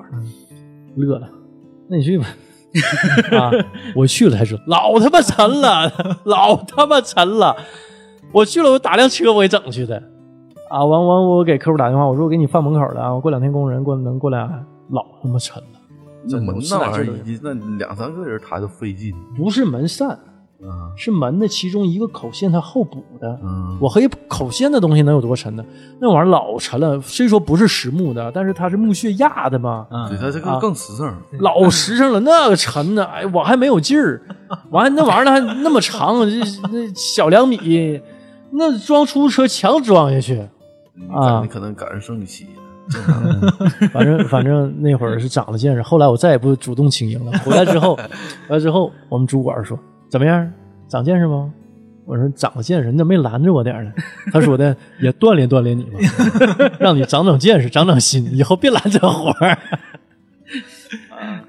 乐了。那你去吧。啊，我去了才说老他妈沉了，老他妈沉了。我去了，我打辆车我也整去的。啊，完完我给客户打电话，我说我给你放门口了啊，我过两天工人过能过来啊，老他妈沉了，
这门
是
那
哪
玩意儿
是哪
一那两三个人抬都费劲
不是门扇，
啊。
是门的其中一个口线它后补的。
嗯，
我可以口线的东西能有多沉呢？那玩意儿老沉了，虽说不是实木的，但是它是木屑压的嘛，
嗯
对他这
啊
个更实诚，
老实诚了，那个沉呢，哎，我还没有劲儿，完那玩意儿还那么长，这那小两米，那装出租车强装下去。
你
啊
你可能赶上生理期了。
反正反正那会儿是长了见识，后来我再也不主动请缨了。回来之后，回来之后，我们主管说怎么样，长见识吗？我说长了见识，你怎么没拦着我点儿呢？他说的也锻炼锻炼你嘛， 让你长长见识，长长心，以后别揽这活儿。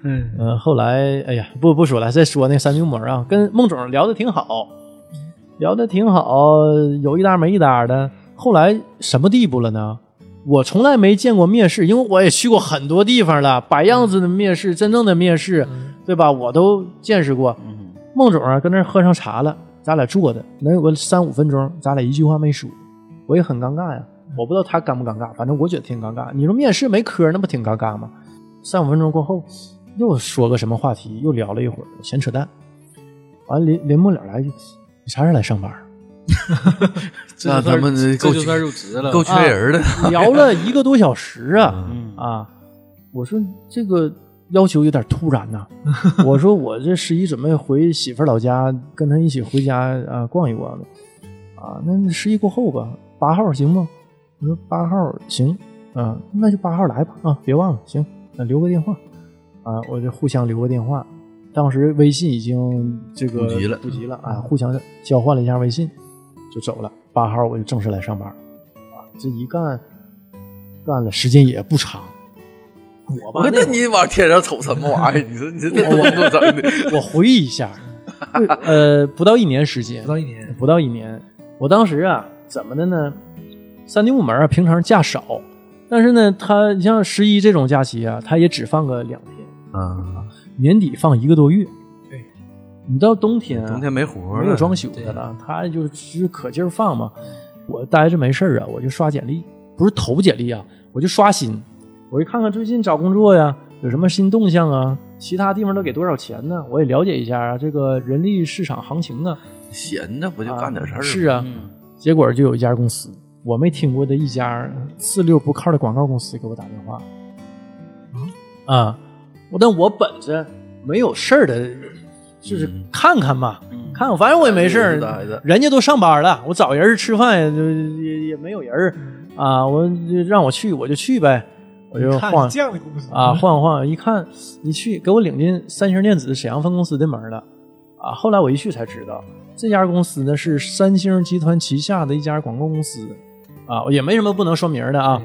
嗯，
嗯，后来哎呀，不不说了，再说那三名模啊，跟孟总聊的挺好，聊的挺好，有一搭没一搭的。后来什么地步了呢？我从来没见过面试，因为我也去过很多地方了，摆样子的面试，真正的面试，
嗯
对吧？我都见识过。孟总啊，跟那儿喝上茶了，咱俩坐的能有个三五分钟，咱俩一句话没说，我也很尴尬呀。我不知道他尴不尴尬，反正我觉得挺尴尬。你说面试没科，那不挺尴尬吗？三五分钟过后，又说个什么话题，又聊了一会儿，闲扯淡。完，临临末了来一句：“你啥时候来上班？”
这
那
就算
咱们这
这
够
就算入职了，
够缺
啊
人的。
聊了一个多小时啊
嗯
啊！我说这个要求有点突然 呐、我说我这十一准备回媳妇儿老家，跟她一起回家啊逛一逛的啊。那十一过后吧，八号行吗？我说八号行啊，那就八号来吧啊，别忘了行，那留个电话啊，我就互相留个电话。当时微信已经这个
普及了嗯
普及了啊，互相交换了一下微信，就走了。八号我就正式来上班。这一干干了时间也不长。我
我
吧
说，
那
那你往天上瞅什么玩意儿？你说你这这
我
怎么整的？
我回忆一下，呃，不到一年时间
不，到一年，
不到一年，我当时啊，怎么的呢？三地部门啊，平常假少，但是呢，他你像十一这种假期啊，他也只放个两天，
啊，
年底放一个多月。
对，
你到冬天啊，
冬天没活儿了，
没有装修的了，他就只可劲儿放嘛。我待着没事儿啊，我就刷简历，不是投简历啊，我就刷新，我就看看最近找工作呀有什么新动向啊，其他地方都给多少钱呢？我也了解一下啊，这个人力市场行情啊。
闲着不就干点事儿吗？
是啊，
嗯
结果就有一家公司，我没听过的一家四六不靠的广告公司给我打电话，
嗯
啊，我但我本着没有事儿的，就是看看吧，
嗯
看看，反正我也没事
哎
日子挨着
儿，人家都上班了，我找人吃饭就也也没有人儿啊，我就让我去我就去呗，我就
看
晃
这样的公司
啊，晃悠晃悠，一看一去，给我领进三星电子沈阳分公司的门了。啊，后来我一去才知道，这家公司呢是三星集团旗下的一家广告公司，啊，也没什么不能说名儿的啊。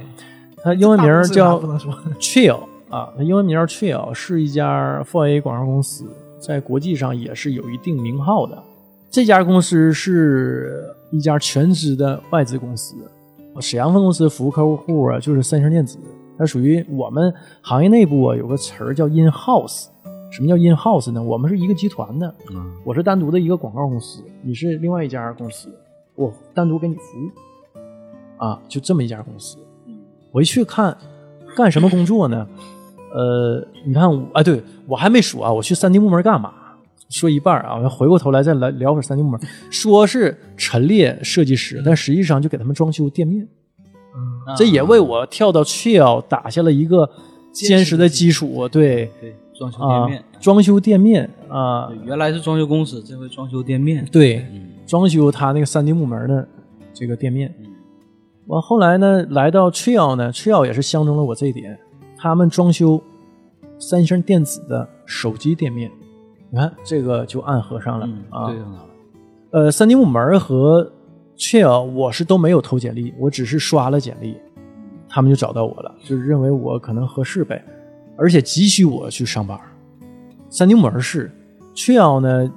它英文名儿
大
叫
公司啥不能说
Trail 啊，它英文名儿 Trail 是一家 4A 广告公司，在国际上也是有一定名号的。这家公司是一家全资的外资公司，沈阳分公司服务客户啊，就是三星电子，它属于我们行业内部啊有个词儿叫 in house。什么叫 in house 呢？我们是一个集团的，
嗯
我是单独的一个广告公司，你是另外一家公司，我单独给你服务，啊，就这么一家公司。我一去看，干什么工作 呢？呃，你看我，啊，对我还没说啊，我去三 D 部门干嘛？说一半儿啊，我回过头来再来聊会儿三 D 部门。说是陈列设计师，但实际上就给他们装修店面，这也为我跳到 Chill 打下了一个坚实的基础。对
对装修
啊
店面，，
装修店面啊，
对原来是装修公司，这回装修店面，
对，
嗯
装修他那个三 D 木门的这个店面。
嗯
完后来呢，来到 Trail 呢，Trail 也是相中了我这一点，他们装修三星电子的手机店面，你看这个就暗合上了、
嗯，
啊。
对上它了，
呃，三 D 木门和 Trail 我是都没有投简历，我只是刷了简历，他们就找到我了，就是认为我可能合适呗，而且急需我去上班。三 D 木门是，Trail 呢，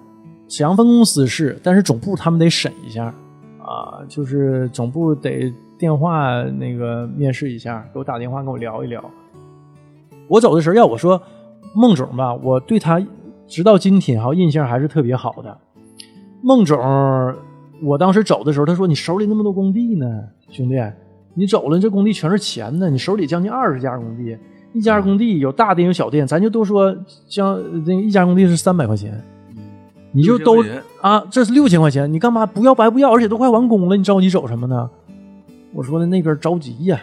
沈阳分公司是，但是总部他们得审一下啊，就是总部得电话那个面试一下，给我打电话跟我聊一聊。我走的时候要我说，孟总吧，我对他直到今天哈印象还是特别好的。孟总，我当时走的时候，他说：“你手里那么多工地呢，兄弟，你走了，这工地全是钱呢，你手里将近二十家工地，一家工地有大店有小店，咱就都说将那一家工地是三百块钱，你就
六千
都
块钱
啊，这是六千块钱，你干嘛不要白不要？而且都快完工了，你着急走什么呢？我说的那边着急呀、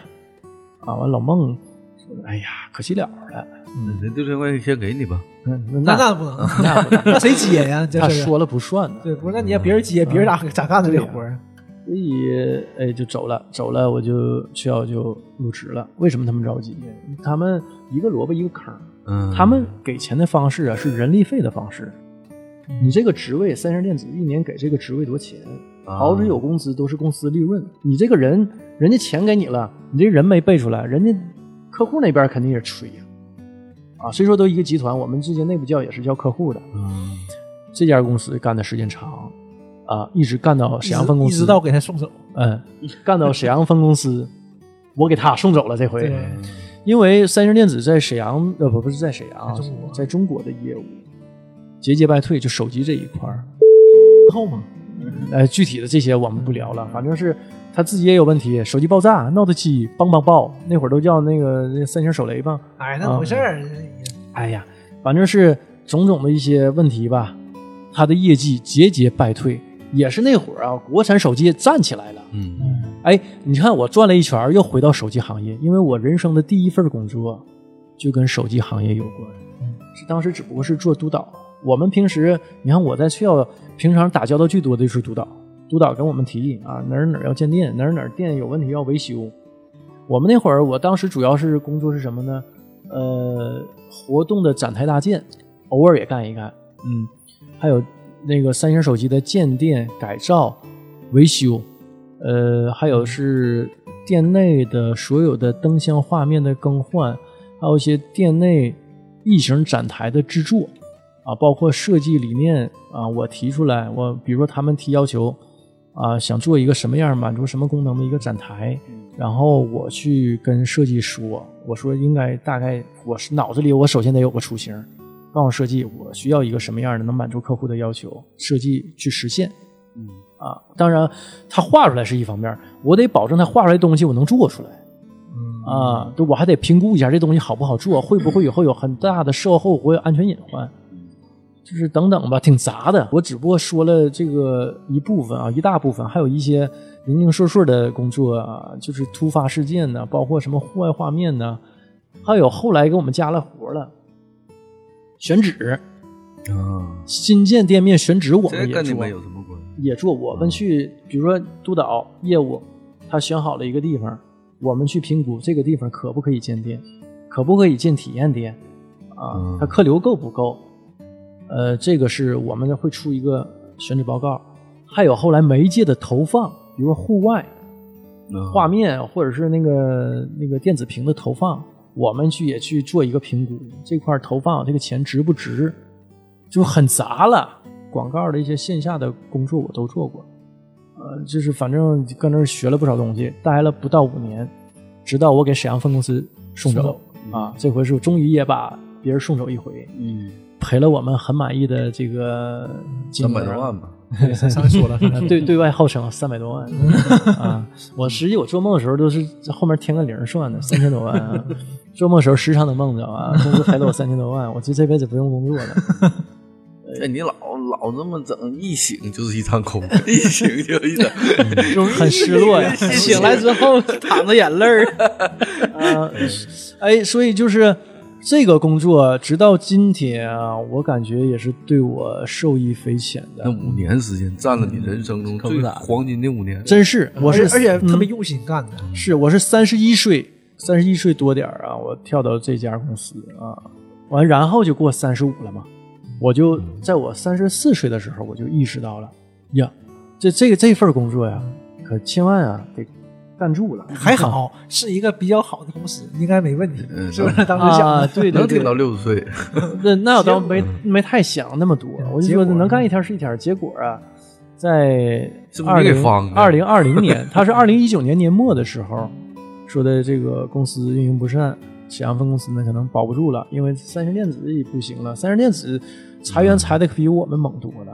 啊，完老孟说，哎呀，可惜了了，
那六千块钱先给你吧。
嗯
那
那
那 不能， 那谁接呀？这
他
事儿啊
说了不算呢，
对，不是那你让别人接，别人咋
嗯
咋干的这活儿？
所以哎就走了，走了我就去要就入职了。为什么他们着急？他们一个萝卜一个坑儿，
嗯，
他们给钱的方式啊是人力费的方式。你这个职位，三星电子一年给这个职位多少钱？好
啊
者有工资，都是公司利润。你这个人，人家钱给你了，你这人没背出来，人家客户那边肯定也吹呀、啊。虽说都一个集团，我们之间内部叫也是叫客户的。
嗯
这家公司干的时间长，啊，一直干到沈阳分公
一
司，
直到给他送走。
嗯，干到沈阳分公 司，我给他送走了这回。
对，
因为三星电子在沈阳，呃，不，不是在沈阳，
在中国
在中国的业务节节败退，就手机这一块儿。后嘛，呃，具体的这些我们不聊了，反正是他自己也有问题，手机爆炸，Note 七梆梆爆，那会儿都叫那个那三星手雷吧。
哎，那回事儿。
哎呀，反正是种种的一些问题吧，他的业绩节节败退，也是那会儿啊，国产手机站起来了。
嗯
哎，你看我转了一圈儿，又回到手机行业，因为我人生的第一份工作就跟手机行业有关，是当时只不过是做督导。我们平时，你看我在学校平常打交道最多的就是督导，督导跟我们提议啊，哪儿哪儿要建店，哪儿哪儿店有问题要维修。我们那会儿，我当时主要是工作是什么呢？呃，活动的展台搭建，偶尔也干一干，嗯，还有那个三星手机的建店改造、维修，呃，还有是店内的所有的灯箱画面的更换，还有一些店内异形展台的制作啊，包括设计理念啊，我提出来，我比如说他们提要求啊，想做一个什么样满足什么功能的一个展台，然后我去跟设计说，我说应该大概我是脑子里我首先得有个雏形，告诉设计我需要一个什么样的能满足客户的要求，设计去实现。啊，当然，他画出来是一方面儿，我得保证他画出来的东西我能做出来。
嗯
啊，对，我还得评估一下这东西好不好做，会不会以后有很大的售后或者安全隐患，
嗯
就是等等吧，挺杂的。我只不过说了这个一部分啊，一大部分，还有一些零零碎碎的工作啊，就是突发事件呢、包括什么户外画面呢、还有后来给我们加了活了，选址，
啊，
新建店面选址我们
嗯这
也
跟你
做
们有什么关系？
也做。我们去，比如说督导业务，他选好了一个地方，我们去评估这个地方可不可以建店，可不可以建体验店，啊
嗯，
它客流够不够？呃，这个是我们会出一个选址报告，还有后来媒介的投放，比如说户外
嗯
画面或者是那个那个电子屏的投放，我们去也去做一个评估，这块投放这个钱值不值，就很杂了。广告的一些线下的工作我都做过，呃，就是反正跟那儿学了不少东西，待了不到五年，直到我给沈阳分公司送走啊，这回是我终于也把别人送走一回，
嗯，
赔了我们很满意的这个金额
三百多万吧。
上回 说了，
啊对对外号称三百多万啊！我实际我做梦的时候都是在后面添个零算的，三千多万啊！做梦的时候时常能梦着啊，工资赔了我三千多万，我就这辈子不用工作了。
哎，你老老这么整，一醒 就是一场空，一醒就一场。
很失落呀
醒来之 后淌着眼泪儿，
啊，哎，所以就是这个工作，直到今天啊，我感觉也是对我受益匪浅
那
嗯
的。
五年时间占了你人生中
可不
最
咋
黄金的五年。
真是，我是
而且而且
嗯
特别用心干的。
是，我是三十一岁，三十一岁多点儿啊，我跳到这家公司啊，完然后就过三十五了嘛，我就在我三十四岁的时候，我就意识到了，呀，这这个这份工作呀，可千万啊得干住了，
还好是一个比较好的公司，应该没问题，
嗯
是不是？当时想
啊，
的，
对对
能挺
对
到，六十岁，
那那我倒
嗯
没没太想那么多，我就
结
说
果
能干一天是一天，结果啊。在
是不是
二
你给
零
放的
二零二零 年，他是二零一九年年末的时候说的，这个公司运营不善，沈阳分公司呢可能保不住了，因为三星电子也不行了，三星电子裁
嗯
员裁的可比我们猛多了。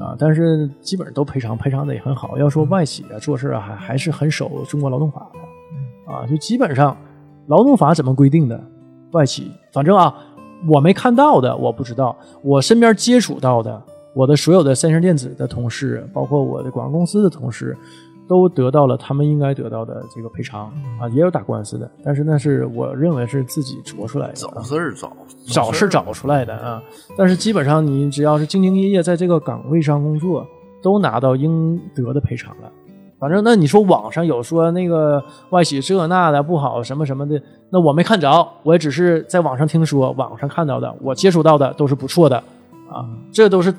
啊，但是基本上都赔偿，赔偿的也很好。要说外企啊，做事啊还还是很守中国劳动法的。啊，就基本上劳动法怎么规定的，外企，反正啊，我没看到的我不知道，我身边接触到的，我的所有的三星电子的同事，包括我的广告公司的同事。都得到了他们应该得到的这个赔偿啊，也有打官司的，但是那是我认为是自己琢出来的，啊
找事儿找
找是
事儿
找出来的啊。但是基本上你只要是兢兢业业在这个岗位上工作，都拿到应得的赔偿了。反正那你说网上有说那个外企这那的不好什么什么的，那我没看着，我也只是在网上听说，网上看到的，我接触到的都是不错的啊，这都是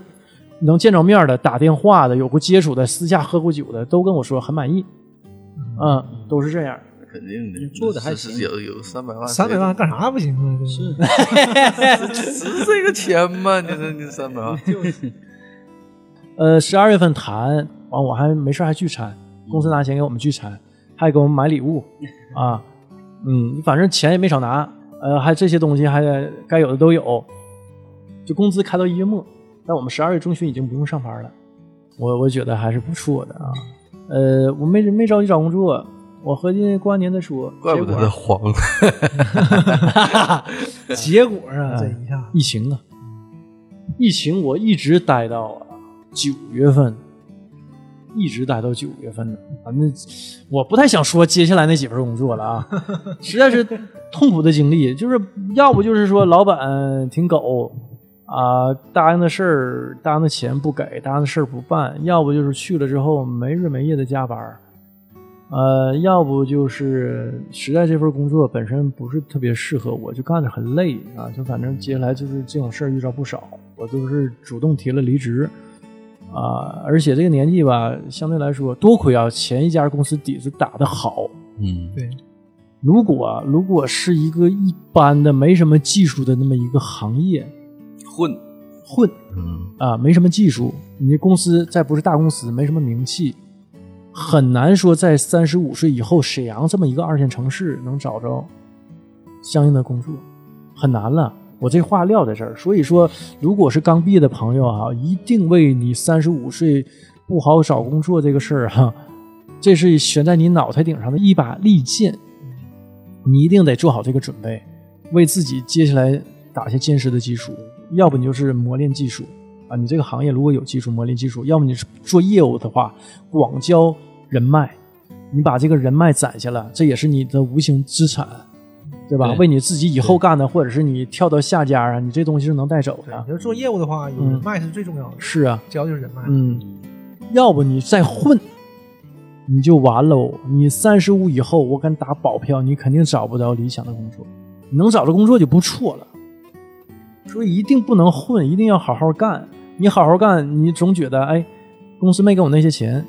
能见着面的、打电话的、有过接触的、私下喝过酒的，都跟我说很满意，嗯，都是这样。
肯定的，
做得还
是
行
有有三百万，
三百万干啥不行啊？是
值这个钱吗？你这你三百万，
呃，十二月份谈完，我还没事儿还聚餐，公司拿钱给我们聚餐，还给我们买礼物啊，嗯，反正钱也没少拿，呃，还这些东西还该有的都有，就工资开到一月末，但我们十二月中旬已经不用上班了，我我觉得还是不错的啊，
嗯
呃，我没没着急找工作，我合计过完年再说，
怪不
结
得
果
他黄了。
结果
嗯
啊，这一下
疫情啊，疫情我一直待到啊九月份，一直待到九月份呢。反正我不太想说接下来那几份工作了啊，实在是痛苦的经历，就是要不就是说老板挺狗啊、答应的事儿、答应的钱不给，答应的事儿不办；要不就是去了之后没日没夜的加班儿。呃，要不就是实在这份工作本身不是特别适合我，就干得很累啊，就反正接下来就是这种事儿遇到不少，我都是主动提了离职啊，而且这个年纪吧，相对来说，多亏啊前一家公司底子打得好，
嗯，
如果啊如果是一个一般的没什么技术的那么一个行业
混，
混
嗯，
啊，没什么技术，你这公司再不是大公司，没什么名气，很难说在三十五岁以后，沈阳这么一个二线城市能找着相应的工作，很难了。我这话撂在这儿，所以说，如果是刚毕业的朋友啊，一定为你三十五岁不好找工作这个事儿、哈，这是悬在你脑袋顶上的一把利剑，你一定得做好这个准备，为自己接下来打下坚实的基础。要不你就是磨练技术，啊，你这个行业如果有技术磨练技术，要么你是做业务的话，广交人脉，你把这个人脉攒下了，这也是你的无形资产，对吧？
对
为你自己以后干的，或者是你跳到下家啊，你这东西是能带走
对，
的
你。要做业务的话，有人脉是最重要的，
是啊，
交就是人脉。
嗯，要不你再混，你就完喽。你三十五以后，我敢打保票，你肯定找不着理想的工作。能找着工作就不错了，所以一定不能混，一定要好好干。你好好干，你总觉得哎，公司没给我那些钱，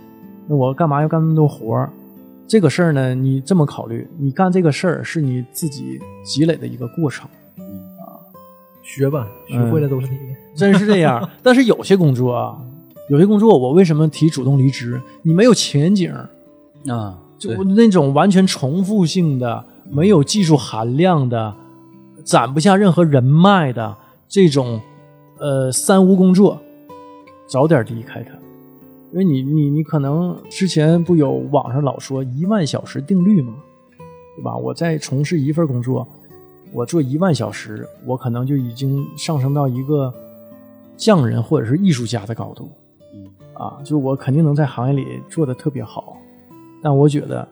那我干嘛要干那么多活儿？这个事儿呢，你这么考虑，你干这个事儿是你自己积累的一个过程。
学吧，学
嗯
会了都是你的。
真是这样。但是有些工作啊，有些工作我为什么提主动离职？你没有前景，
啊，
就
对
那种完全重复性的、没有技术含量的、攒不下任何人脉的这种呃三无工作，早点离开它。因为你你你可能之前不有网上老说一万小时定律吗？对吧？我在从事一份工作，我做一万小时，我可能就已经上升到一个匠人或者是艺术家的高度。啊，就是我肯定能在行业里做的特别好，但我觉得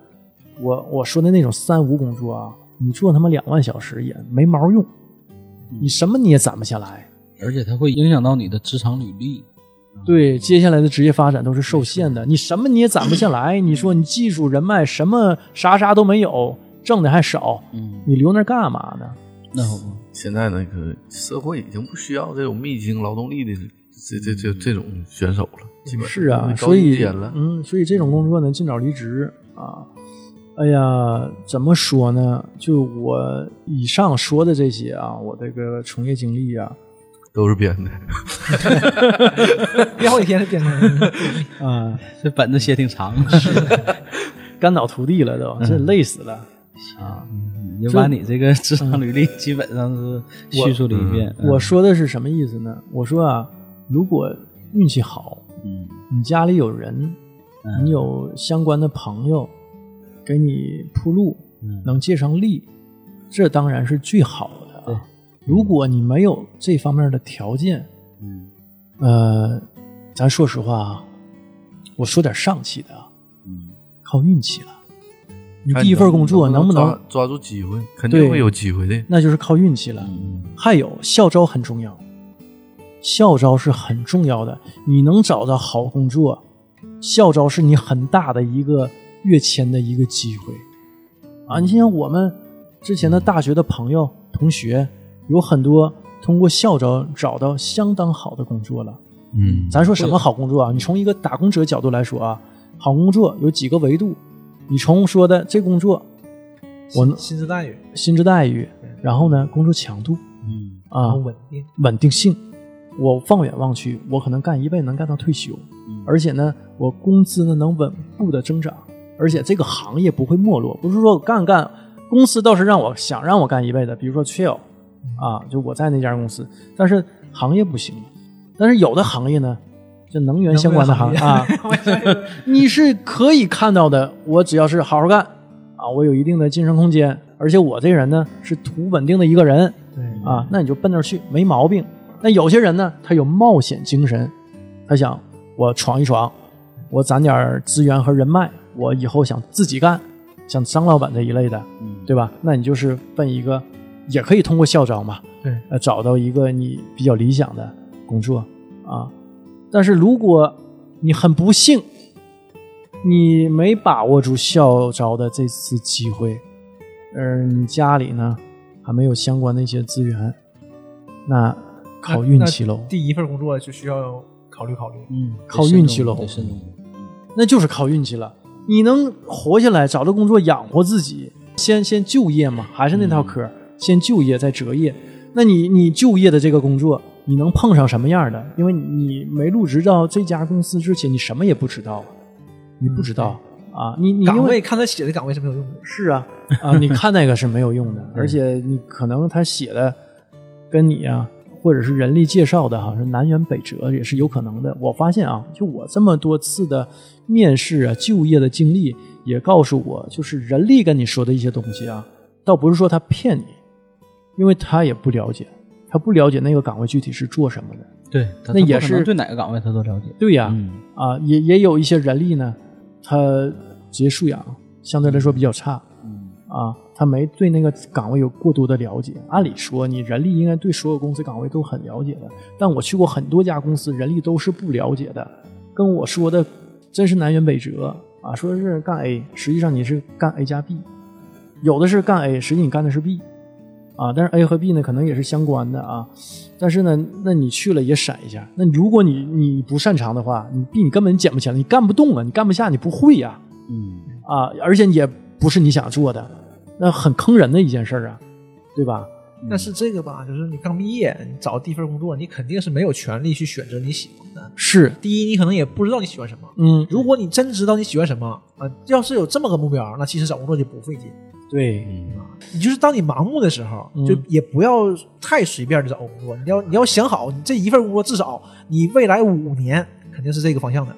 我我说的那种三无工作啊，你做他妈两万小时也没毛用，
嗯
你什么你也攒不下来。
而且它会影响到你的职场履历。
嗯
对，接下来的职业发展都是受限的，你什么你也攒不下来。你说你技术人脉什么啥啥都没有，挣的还少，
嗯，
你留那儿干嘛呢？
那好吧，
现在那个社会已经不需要这种密集劳动力的这这这这种选手了，基本上
是啊，
高
所
于
以
天了，
嗯，所以这种工作呢，尽早离职啊。哎呀，怎么说呢？就我以上说的这些啊，我这个从业经历啊，
都是编的。
憋好几天才变成人
啊，
这本子写挺 长，
肝脑涂地了都，这累死了。啊，
也把嗯你这个职场履历基本上是叙述了一遍。
我说的是什么意思呢？我说啊，如果运气好，
嗯
你家里有人，
嗯
你有相关的朋友给你铺路，
嗯
能借上力，这当然是最好的
对
啊。如果你没有这方面的条件，
嗯
呃，咱说实话啊，我说点上气的啊，
嗯
靠运气了。你
看
第一份工作
能
不能
抓，抓住机会？肯定会有机会的。
那就是靠运气了。
嗯
还有校招很重要，校招是很重要的。你能找到好工作，校招是你很大的一个跃迁的一个机会啊！你像我们之前的大学的朋友、同学，有很多通过校招找到相当好的工作了。
嗯，
咱说什么好工作啊？你从一个打工者角度来说啊，好工作有几个维度？你从说的这工作，我能
薪资待遇，
薪资待遇，然后呢，工作强度
嗯
然
啊
后，稳定，
稳定性。我放眼望去，我可能干一辈子能干到退休，而且呢，我工资呢能稳步的增长，而且这个行业不会没落。不是说我干干，公司倒是让我想让我干一辈子，比如说 Chill 啊，就我在那家公司，但是行业不行。但是有的行业呢，就能源相关的行业啊， 你是可以看到的。我只要是好好干啊，我有一定的晋升空间，而且我这人呢是图稳定的一个人，
对
啊，那你就奔那儿去，没毛病。那有些人呢，他有冒险精神，他想我闯一闯，我攒点儿资源和人脉，我以后想自己干，像张老板这一类的，
嗯
对吧？那你就是奔一个，也可以通过校招嘛，
对，
呃，找到一个你比较理想的工作啊。但是如果你很不幸，你没把握住校招的这次机会，而你家里呢还没有相关的一些资源，那靠运气喽
那，第一份工作就需要考虑考虑，
嗯，得
靠
慎
运
重
气喽
得慎重。
那就是靠运气了。你能活下来，找到工作养活自己，先先就业嘛，还是那套嗑儿，先就业再择业。那你你就业的这个工作，你能碰上什么样的？因为你没入职到这家公司之前，你什么也不知道啊，你不知道、啊，你你因
岗
为
位看他写的岗位是没有用的，
是啊，啊，你看那个是没有用的，而且你可能他写的跟你啊，或者是人力介绍的哈、是南辕北辙，也是有可能的。我发现啊，就我这么多次的面试啊、就业的经历，也告诉我，就是人力跟你说的一些东西啊，倒不是说他骗你，因为他也不了解，他不了解那个岗位具体是做什么的。
对，他
那
他
也
不可能
是
对哪个岗位他都了解。
对呀、
嗯
啊，也也有一些人力呢，他职业素养相对来说比较差。
嗯
啊，他没对那个岗位有过多的了解。按理说，你人力应该对所有公司岗位都很了解的，但我去过很多家公司，人力都是不了解的，跟我说的真是南辕北辙啊！说是干 A，实际上你是干 A 加 B，有的是干 A，实际你干的是 B，啊，但是 A 和 B 呢，可能也是相关的啊。但是呢，那你去了也闪一下。那如果你你不擅长的话，你 B 你根本捡不起来，你干不动啊，你干不下，你不会呀、
嗯
啊，而且也不是你想做的，那很坑人的一件事儿啊，对吧？
但是这个吧，就是你刚毕业，你找第一份工作，你肯定是没有权利去选择你喜欢的。
是，
第一，你可能也不知道你喜欢什么。
嗯，
如果你真知道你喜欢什么啊，要是有这么个目标，那其实找工作就不费劲。嗯
对，
嗯
你就是当你盲目的时候，
嗯
就也不要太随便的找工作。你要你要想好，你这一份工作至少你未来五年肯定是这个方向的。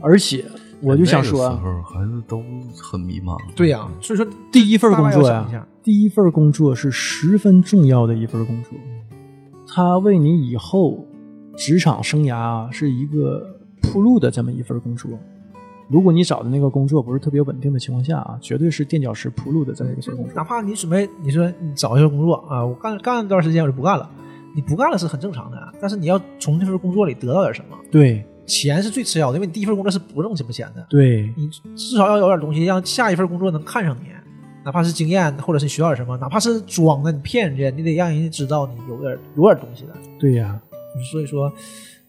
而且我就想说
那个
啊，
时候还是都很迷茫。
对呀、所以说
第一份工作
大概要
呀、
想一下
第一份工作是十分重要的一份工作，它为你以后职场生涯啊是一个铺路的这么一份工作。如果你找的那个工作不是特别稳定的情况下啊，绝对是垫脚石铺路的这么一份工作
哪。怕你准备，你说你找一份工作啊，我干干一段时间我就不干了，你不干了是很正常的，啊但是你要从这份工作里得到点什么，
对
钱是最次要的，因为你第一份工作是不挣什么钱的，
对，
你至少要有点东西，让下一份工作能看上你，哪怕是经验，或者是你学到点什么，哪怕是装的，你骗人家，你得让人家知道你有点有点东西的，
对呀、
所以说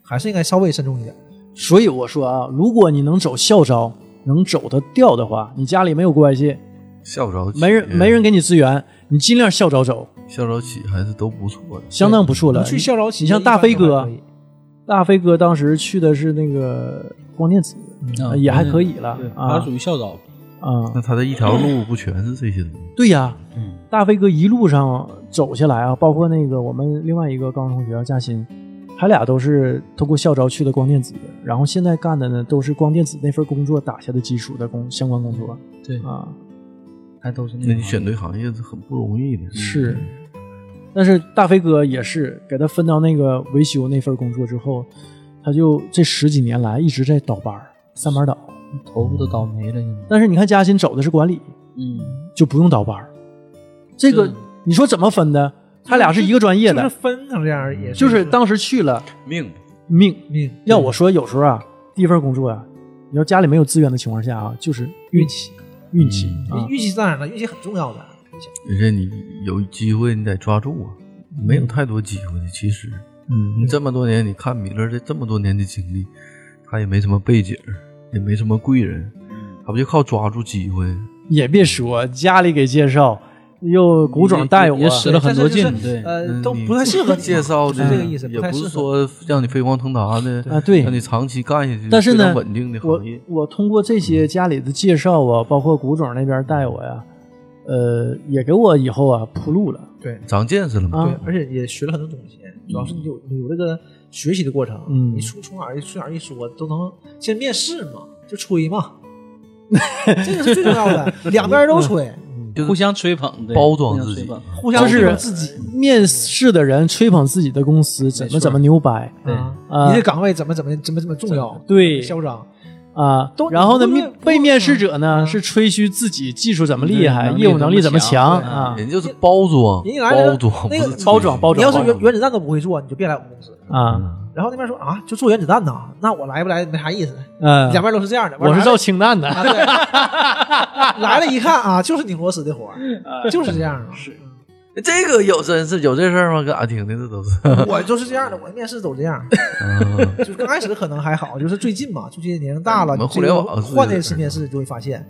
还是应该稍微慎重一点。
所以我说啊，如果你能走校招，能走得掉的话，你家里没有关系，
校招企业
没人没人，给你资源，你尽量校招走，
校招企还是都不错的。
相当不错了。
能去校招企业
你像大飞哥
一般都还可以
大飞哥当时去的是那个光电子，
啊
也还可以了
对，嗯他
啊
属于校招。
啊
那，他这一条路不全是这些东西？
对呀，
嗯
大飞哥一路上走下来啊，包括那个我们另外一个高中同学嘉欣，他俩都是通过校招去的光电子，然后现在干的呢都是光电子那份工作打下的基础的工相关工作
对
啊。
还都是那
那
个
你选对行业是很不容
嗯
易的。
是，但是大飞哥也是给他分到那个维修那份工作之后，他就这十几年来一直在倒班儿三班倒。
头发都倒霉了，现在
但是你看嘉欣走的是管理，
嗯，
就不用倒班儿这个
是
你说怎么分的？他俩是一个专业
就是
的，
分成这样而已，
就是当时去了
命，
命。
嗯
命
要我说，有时候啊，第一份工作啊，你要家里没有资源的情况下啊，就是运气，运气
嗯
啊。
运气是当然了，运气很重要的。
人家你有机会你得抓住啊，没有太多机会的。其实你
嗯，
这么多年，你看米勒这这么多年的经历，他也没什么背景，也没什么贵人，他不就靠抓住机会？
也别说家里给介绍，又古总带我啊
也，使了很多劲
但是，就
对
是，呃，
嗯
都
你
不太适合你
介绍
是
的，
这个意思，
也
太
不
适
是
合。
说让你飞黄腾达的
啊对
让你长期干下去，
但是呢
非常稳定的
哎我
行业，
我通过这些家里的介绍啊，包括古总那边带我呀，呃，也给我以后啊铺路了
对
长见识了嘛。
啊
对，而且也学了很多东西，主要是你有你有这个学习的过程，
嗯
你从从哪儿从哪儿一说都能先面试嘛，就 吹嘛，这个是最重要的，两边
嗯
都吹，
就是
互相吹捧，对
包装
互相
自己
吹捧
互相
就是
吹捧自己。
面试的人吹捧自己的公司怎么
没错
怎么牛掰
对
啊
啊
你这岗位怎么怎么怎么怎么重要，
对
嚣张，
啊
都，
然后呢，
都
面
都
被面试者呢
啊
是吹嘘自己技术怎么厉害，
能力
业务能力怎么强
怎么强
啊
人就是包装，
人家来了
包装，
那个
不是
包装包
你
装
要是原原子弹都不会做，你就别来我们公司。
啊
然后那边说啊，就做原子弹呐，那我来不来没啥意思，
嗯，
两边都是这样的。
我是
照。
造氢弹的，
啊，对，来了一看啊，就是拧螺丝的活儿，就是这样的。啊是，
这个有真是有这事儿吗？干啥听的？这都是。
嗯我就是这样的，我面试都这样。就是刚开始可能还好，就是最近嘛，最近年龄大了，
我们
你
互联网哦
这个换那次面试就会发现，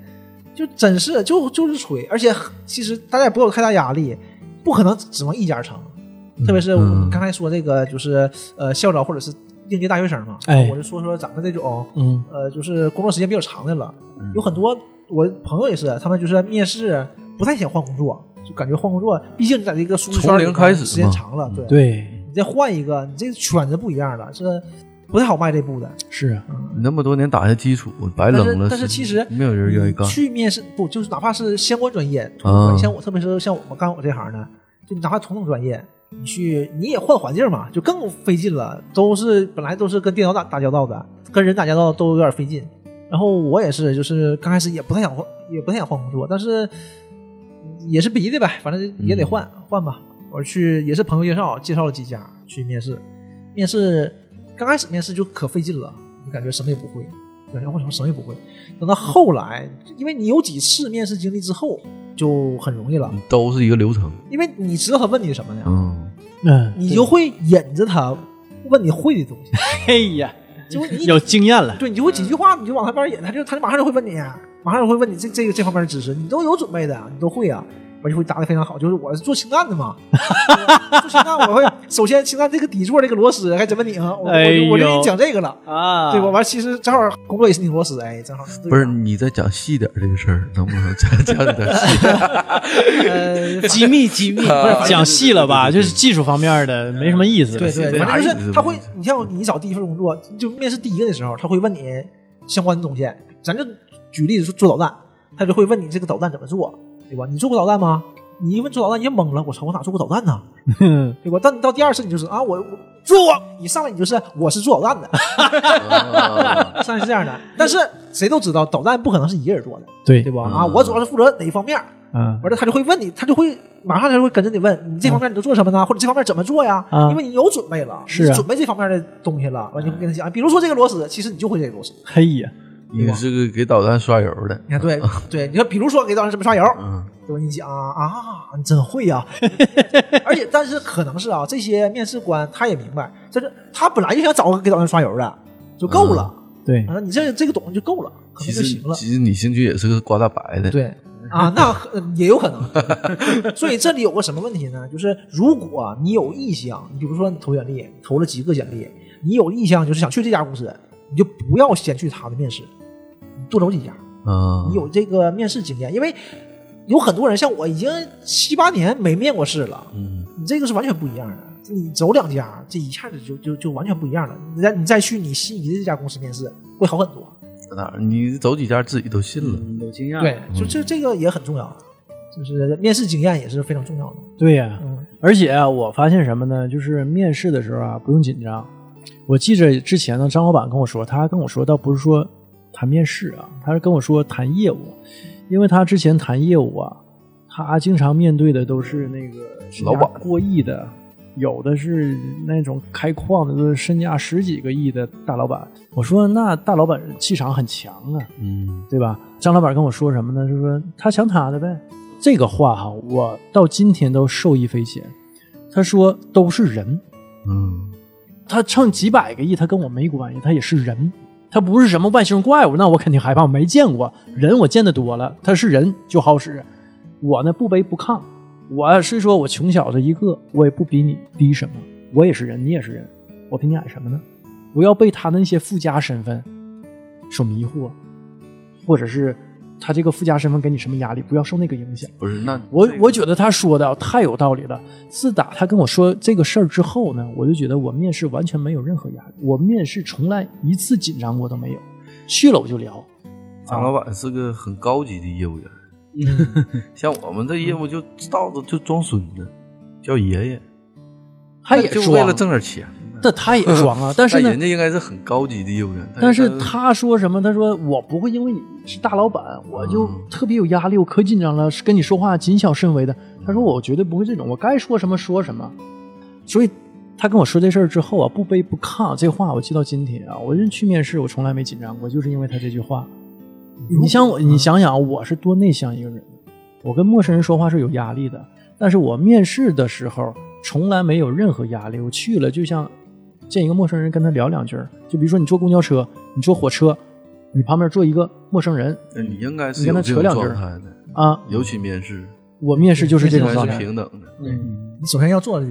就真是就就是吹，而且其实大家也不要有太大压力，不可能指望一家成。
嗯
特别是我们刚才说这个，就是呃校招或者是应届大学生嘛，
哎
我就说说咱们这种
嗯
呃，就是工作时间比较长的了。
嗯
有很多我朋友也是，他们就是面试不太想换工作，就感觉换工作，毕竟你在这个舒适圈
从
里
零开始嘛嗯
时间长了，对，
对，
你再换一个，你这个圈子不一样了，这不太好迈这步的。
是啊，
你 那么多年打下基础，白
但
扔
是
了。
但是其实
没有人愿意干
你。去面试不就是哪怕是相关专业，
啊
像我特别是像我们干我这行的，就哪怕同等专业。你去，你也换环境嘛，就更费劲了。都是本来都是跟电脑打打交道的，跟人打交道都有点费劲。然后我也是，就是刚开始也不太想换，也不太想换工作，但是也是逼的呗，反正也得
嗯
换、换吧。我去也是朋友介绍，介绍了几家去面试，面试刚开始面试就可费劲了，你感觉什么也不会，感觉为什么什么也不会。等到后来，因为你有几次面试经历之后，就很容易了，
都是一个流程，
因为你知道他问你什么呀，
嗯，
嗯，
你就会引着他问你会的东 西，
哎呀，
就是你
有嗯经验了，
对，你就会几句话，你就往他边儿引，他就他就马上就会问你，马上就会问你这这个这方面的知识，你都有准备的，你都会啊，我就会答的非常好。就是我是做氢弹的 嘛，做氢弹我会首先氢弹这个底座这个螺丝该怎么拧，啊我、
哎呦
我就我就给你讲这个了。
啊
对吧？完，其实正好工作也是拧螺丝，哎，正好
不是你再讲细点儿这个事儿，能不能讲讲点细？
呃，
机密机 密，
讲细了吧，
对对
就
对
是技术方面的没什么意思。
对对，
对
反正就
对
是
对
他会
对，
你像你找第一份工作，就面试第一个的时候，他会问你相关的东西。咱就举例子说做导弹，他就会问你这个导弹怎么做，对吧？你做过导弹吗？你一问做导弹，你也懵了，我操，我哪做过导弹呢？对吧？但你到第二次，你就是啊，我我做过，你上来你就是我是做导弹的，
啊
上来是这样的。但是谁都知道，导弹不可能是一个人做的，
对
对吧？
嗯
啊，我主要是负责哪一方面，
嗯
完了，他就会问你，他就会马上他就会跟着你问你这方面你都做什么呢？或者这方面怎么做呀？
啊
因为你有准备了，
是啊
你准备这方面的东西了，完你会跟他讲，比如说这个螺丝，其实你就会这个螺丝。
嘿哎呀，
你是个给导弹刷油的，
你看，对对，你看，比如说给导人怎么刷油，
嗯，
对吧？你讲啊啊，你真会呀、而且，但是可能是啊，这些面试官他也明白，就是他本来就想找个给导人刷油的，就够了。
对，
啊，你这这个懂就够了，可
其
能就
实
行了。
其实你兴趣也是个刮大白 的，，
对啊，那呃 也有可能。 所以这里有个什么问题呢？就是如果你有意向，你比如说你投简历投了几个简历，你有意向就是想去这家公司，你就不要先去他的面试，你多走几家，
嗯，
你有这个面试经验，因为有很多人像我已经七八年没面过试了，
嗯，
你这个是完全不一样的。你走两家，这一下子就就就完全不一样了。你再你再去你心仪的这家公司面试，会好很多。
那哪儿你走几家自己都信了，
嗯有经验，
对，就这这个也很重要。就是面试经验也是非常重要的。
对呀、
嗯
而且啊我发现什么呢？就是面试的时候啊，不用紧张。我记着之前呢，张老板跟我说，他跟我说倒不是说谈面试啊，他是跟我说谈业务，因为他之前谈业务啊，他经常面对的都是那个身
老
价
板
过亿的，有的是那种开矿的，都是身价十几个亿的大老板。我说那大老板气场很强啊，
嗯，
对吧？张老板跟我说什么呢？就说他想他的呗。这个话哈，我到今天都受益匪浅。他说都是人，
嗯，
他挣几百个亿，他跟我没关系，他也是人，他不是什么外星怪物，那我肯定害怕，我没见过人，我见得多了，他是人就好使。我呢不卑不亢，我是说我穷小子一个，我也不比你低什么，我也是人，你也是人，我比你矮什么呢？不要被他那些附加身份所迷惑，或者是他这个附加身份给你什么压力，不要受那个影响。
不是，那
我我觉得他说的太有道理了。自打他跟我说这个事儿之后呢，我就觉得我面试完全没有任何压力，我面试从来一次紧张过都没有。去了我就聊，
张老板是个很高级的业务员，
嗯
像我们这业务就到的就装孙子，叫爷爷，
他也
就
装，
为了挣点钱。
但他也装啊。但是呢
人，家应该是很高级的业务员，
但是他说什么？他说我不会因为你是大老板，我就
嗯
特别有压力，我可紧张了，跟你说话谨小慎微的。他说我绝对不会这种，我该说什么说什么。所以他跟我说这事儿之后啊，不卑不亢，这话我记到今天啊。我人去面试，我从来没紧张过，就是因为他这句话。你像我，你想想，我是多内向一个人，我跟陌生人说话是有压力的，但是我面试的时候从来没有任何压力。我去了就像见一个陌生人，跟他聊两句儿。就比如说你坐公交车，你坐火车，你旁边坐一个陌生人
他
嗯
你应该
你
是
跟他
有
扯
这种
两句
状
儿
态的，
啊，
尤其面试
我面试就是这
应
种
该
状
是
态。
平等的。
嗯，你首先要做的，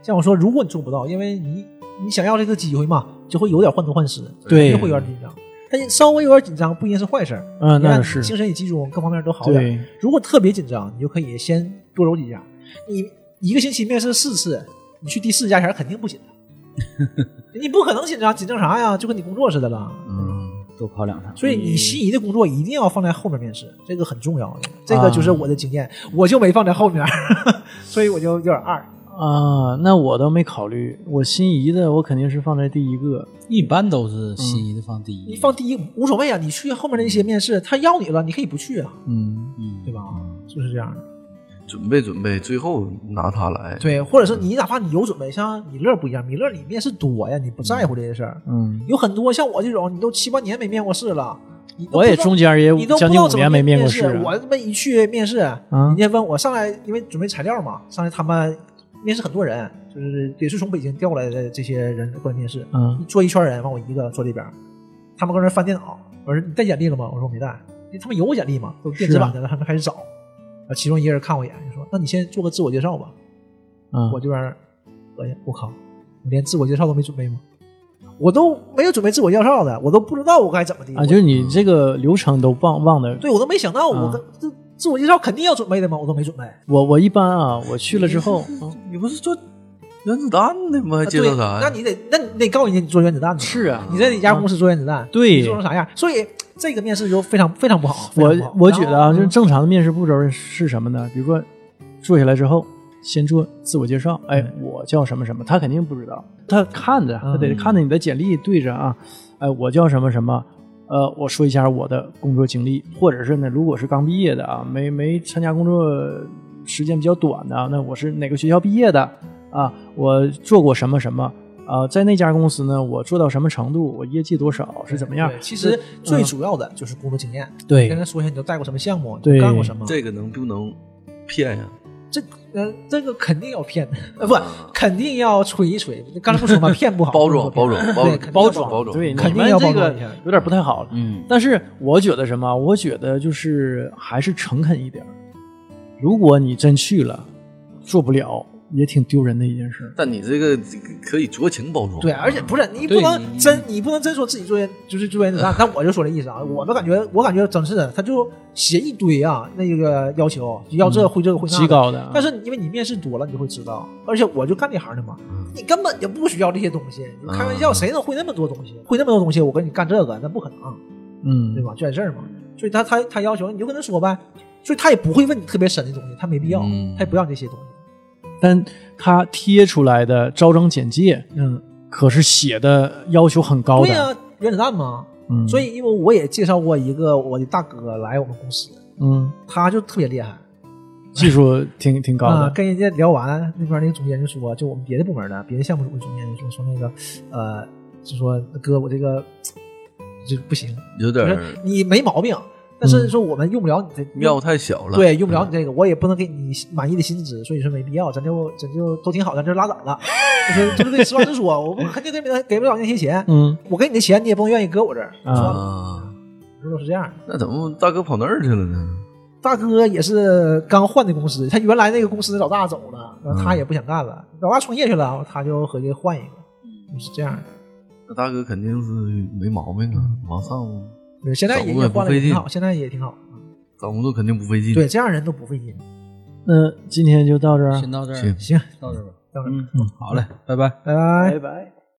像我说，如果你做不到，因为你你想要这个机会嘛，就会有点患得患失，
对
就会有点紧张。但是稍微有点紧张不一定是坏事儿，
嗯，
你看
那
你
是
精神也集中，各方面都好点儿。
对，
如果特别紧张，你就可以先多揉几家。你一个星期面试四次，你去第四家前肯定不紧张， 你不可能紧张，紧张啥呀？就跟你工作似的了。
嗯，
多考两场。
所以你心仪的工作一定要放在后面面试，
嗯
这个很重要。这个
啊
就是我的经验，我就没放在后面， 所以我就有点二。
啊，那我倒没考虑，我心仪的我肯定是放在第一个。
一般都是心仪的嗯放第一，
你放第一无所谓啊，你去后面那些面试，他要你了，你可以不去啊，
嗯，
嗯
对吧？就是这样的。
准备准备，最后拿他来。
对，或者是你哪怕你有准备，像米勒不一样，米勒你面试多呀，你不在乎这些事儿。
嗯，
有很多像我这种，你都七八年没面过试了，你都不
我也
知道
中间也
你都不
将
知
近
道
五
怎么
年没面
面
过试了，
我他妈一去面试，
嗯
人家问我上来，因为准备材料嘛，上来他们面试很多人，就是也是从北京调过来的这些人过来面试，
嗯
坐一圈人，完我一个坐这边，他们搁那翻电脑，我说你带简历了吗？我说我没带，因为他们有我简历吗？都电子版的了，他们开始找，啊，其中一个人看我一眼，就说那你先做个自我介绍吧，
嗯，
我这边，哎呀，我靠，我连自我介绍都没准备吗？我都没有准备自我介绍的，我都不知道我该怎么地。
啊，就是你这个流程都忘忘的。
对我都没想到，我
啊
跟这自我介绍肯定要准备的嘛，我都没准备。
我我一般啊，我去了之后，嗯
你不是做原子弹的
呃
吗？还
啊
介
对
绍啥呀？
那你得，那你得告诉人家你做原子弹的。
是啊
你在哪家公司做原子弹？
对
你做成啥样？所以这个面试就非常非常不好。非常不好
我我觉得啊，
然后
就是正常的面试步骤是什么呢？比如说坐下来之后，先做自我介绍，哎，我叫什么什么，他肯定不知道，他看着，他得
嗯
看着你的简历对着啊，哎，我叫什么什么。呃，我说一下我的工作经历，或者是呢，如果是刚毕业的啊，没没参加工作时间比较短的啊，那我是哪个学校毕业的啊？我做过什么什么啊、在那家公司呢，我做到什么程度？我业绩多少是怎么样嗯
对？其实最主要的就是工作经验。
对
你跟他说一下你都带过什么项目，
对
你干过什么。
这个能不能骗呀？
这呃，这个肯定要骗的，呃，
啊
不，肯定要吹一吹。刚才不说 嘛，骗不好，
包装包
不能说
装
骗对肯
包
定要包
包装包装，
对，
肯
你
定
们
要
这
包装
个
一下
有点不太好了。
嗯，
但是我觉得什么？我觉得就是还是诚恳一点儿。如果你真去了，做不了也挺丢人的一件事儿。
但你这个这个可以酌情包装。
对，而且不是你不
对
能
你
真，你不能真说自己做原就是做原子弹。但我就说这意思啊，我都感觉我感觉真是的，他就写一堆啊那个要求，要这会这个会那
极
个。
高的啊，
但是因为你面试多了，你就会知道。而且我就干这行的嘛，你根本就不需要这些东西。你开玩笑，
嗯
谁能会那么多东西？会那么多东西，我跟你干这个，那不可能，
嗯，
对？吧？就在这儿嘛。所以他他他要求你就跟他说呗，所以他也不会问你特别深的东西，他没必要，
嗯
他也不要这些东西。
但他贴出来的招生简介
嗯，
可是写的要求很高的，
对呀、原子弹嘛。
嗯，
所以，因为我也介绍过一个我的大哥来我们公司，
嗯，
他就特别厉害
技术挺挺高
啊。
的，
跟人家聊完，那边那个总监就说，就我们别的部门的，别的项目组的总监就说说那个，呃，就说哥，我这个这不行，
有点
不是
儿
你没毛病，但
嗯
是说我们用不了你这
庙太小了，
对，用不了你这个，我也不能给你满意的薪资，所以说没必要，咱就咱就都挺好，咱就拉倒了。就是就是对，实话实说，我肯定给给不了那些钱，
嗯
我给你的钱你也不能愿意搁我这儿，
啊
啊，
这都是这样的。
那怎么大哥跑那儿去了呢？
大哥也是刚换的公司，他原来那个公司老大走了，然后他
嗯
也不想干了，老大创业去了，他就合计换一个，就是这样的。
那大哥肯定是没毛病啊，往上
对现在
找
也
工作
也
也不
换了，也
费
挺
劲嗯
好，现在也挺好。
找工作肯定不费劲。
对，，这样人都不费劲。
那今天就到这儿，啊
先到这儿，
行
到这儿吧。
到这儿
嗯，好嘞，拜拜。
拜拜。
拜。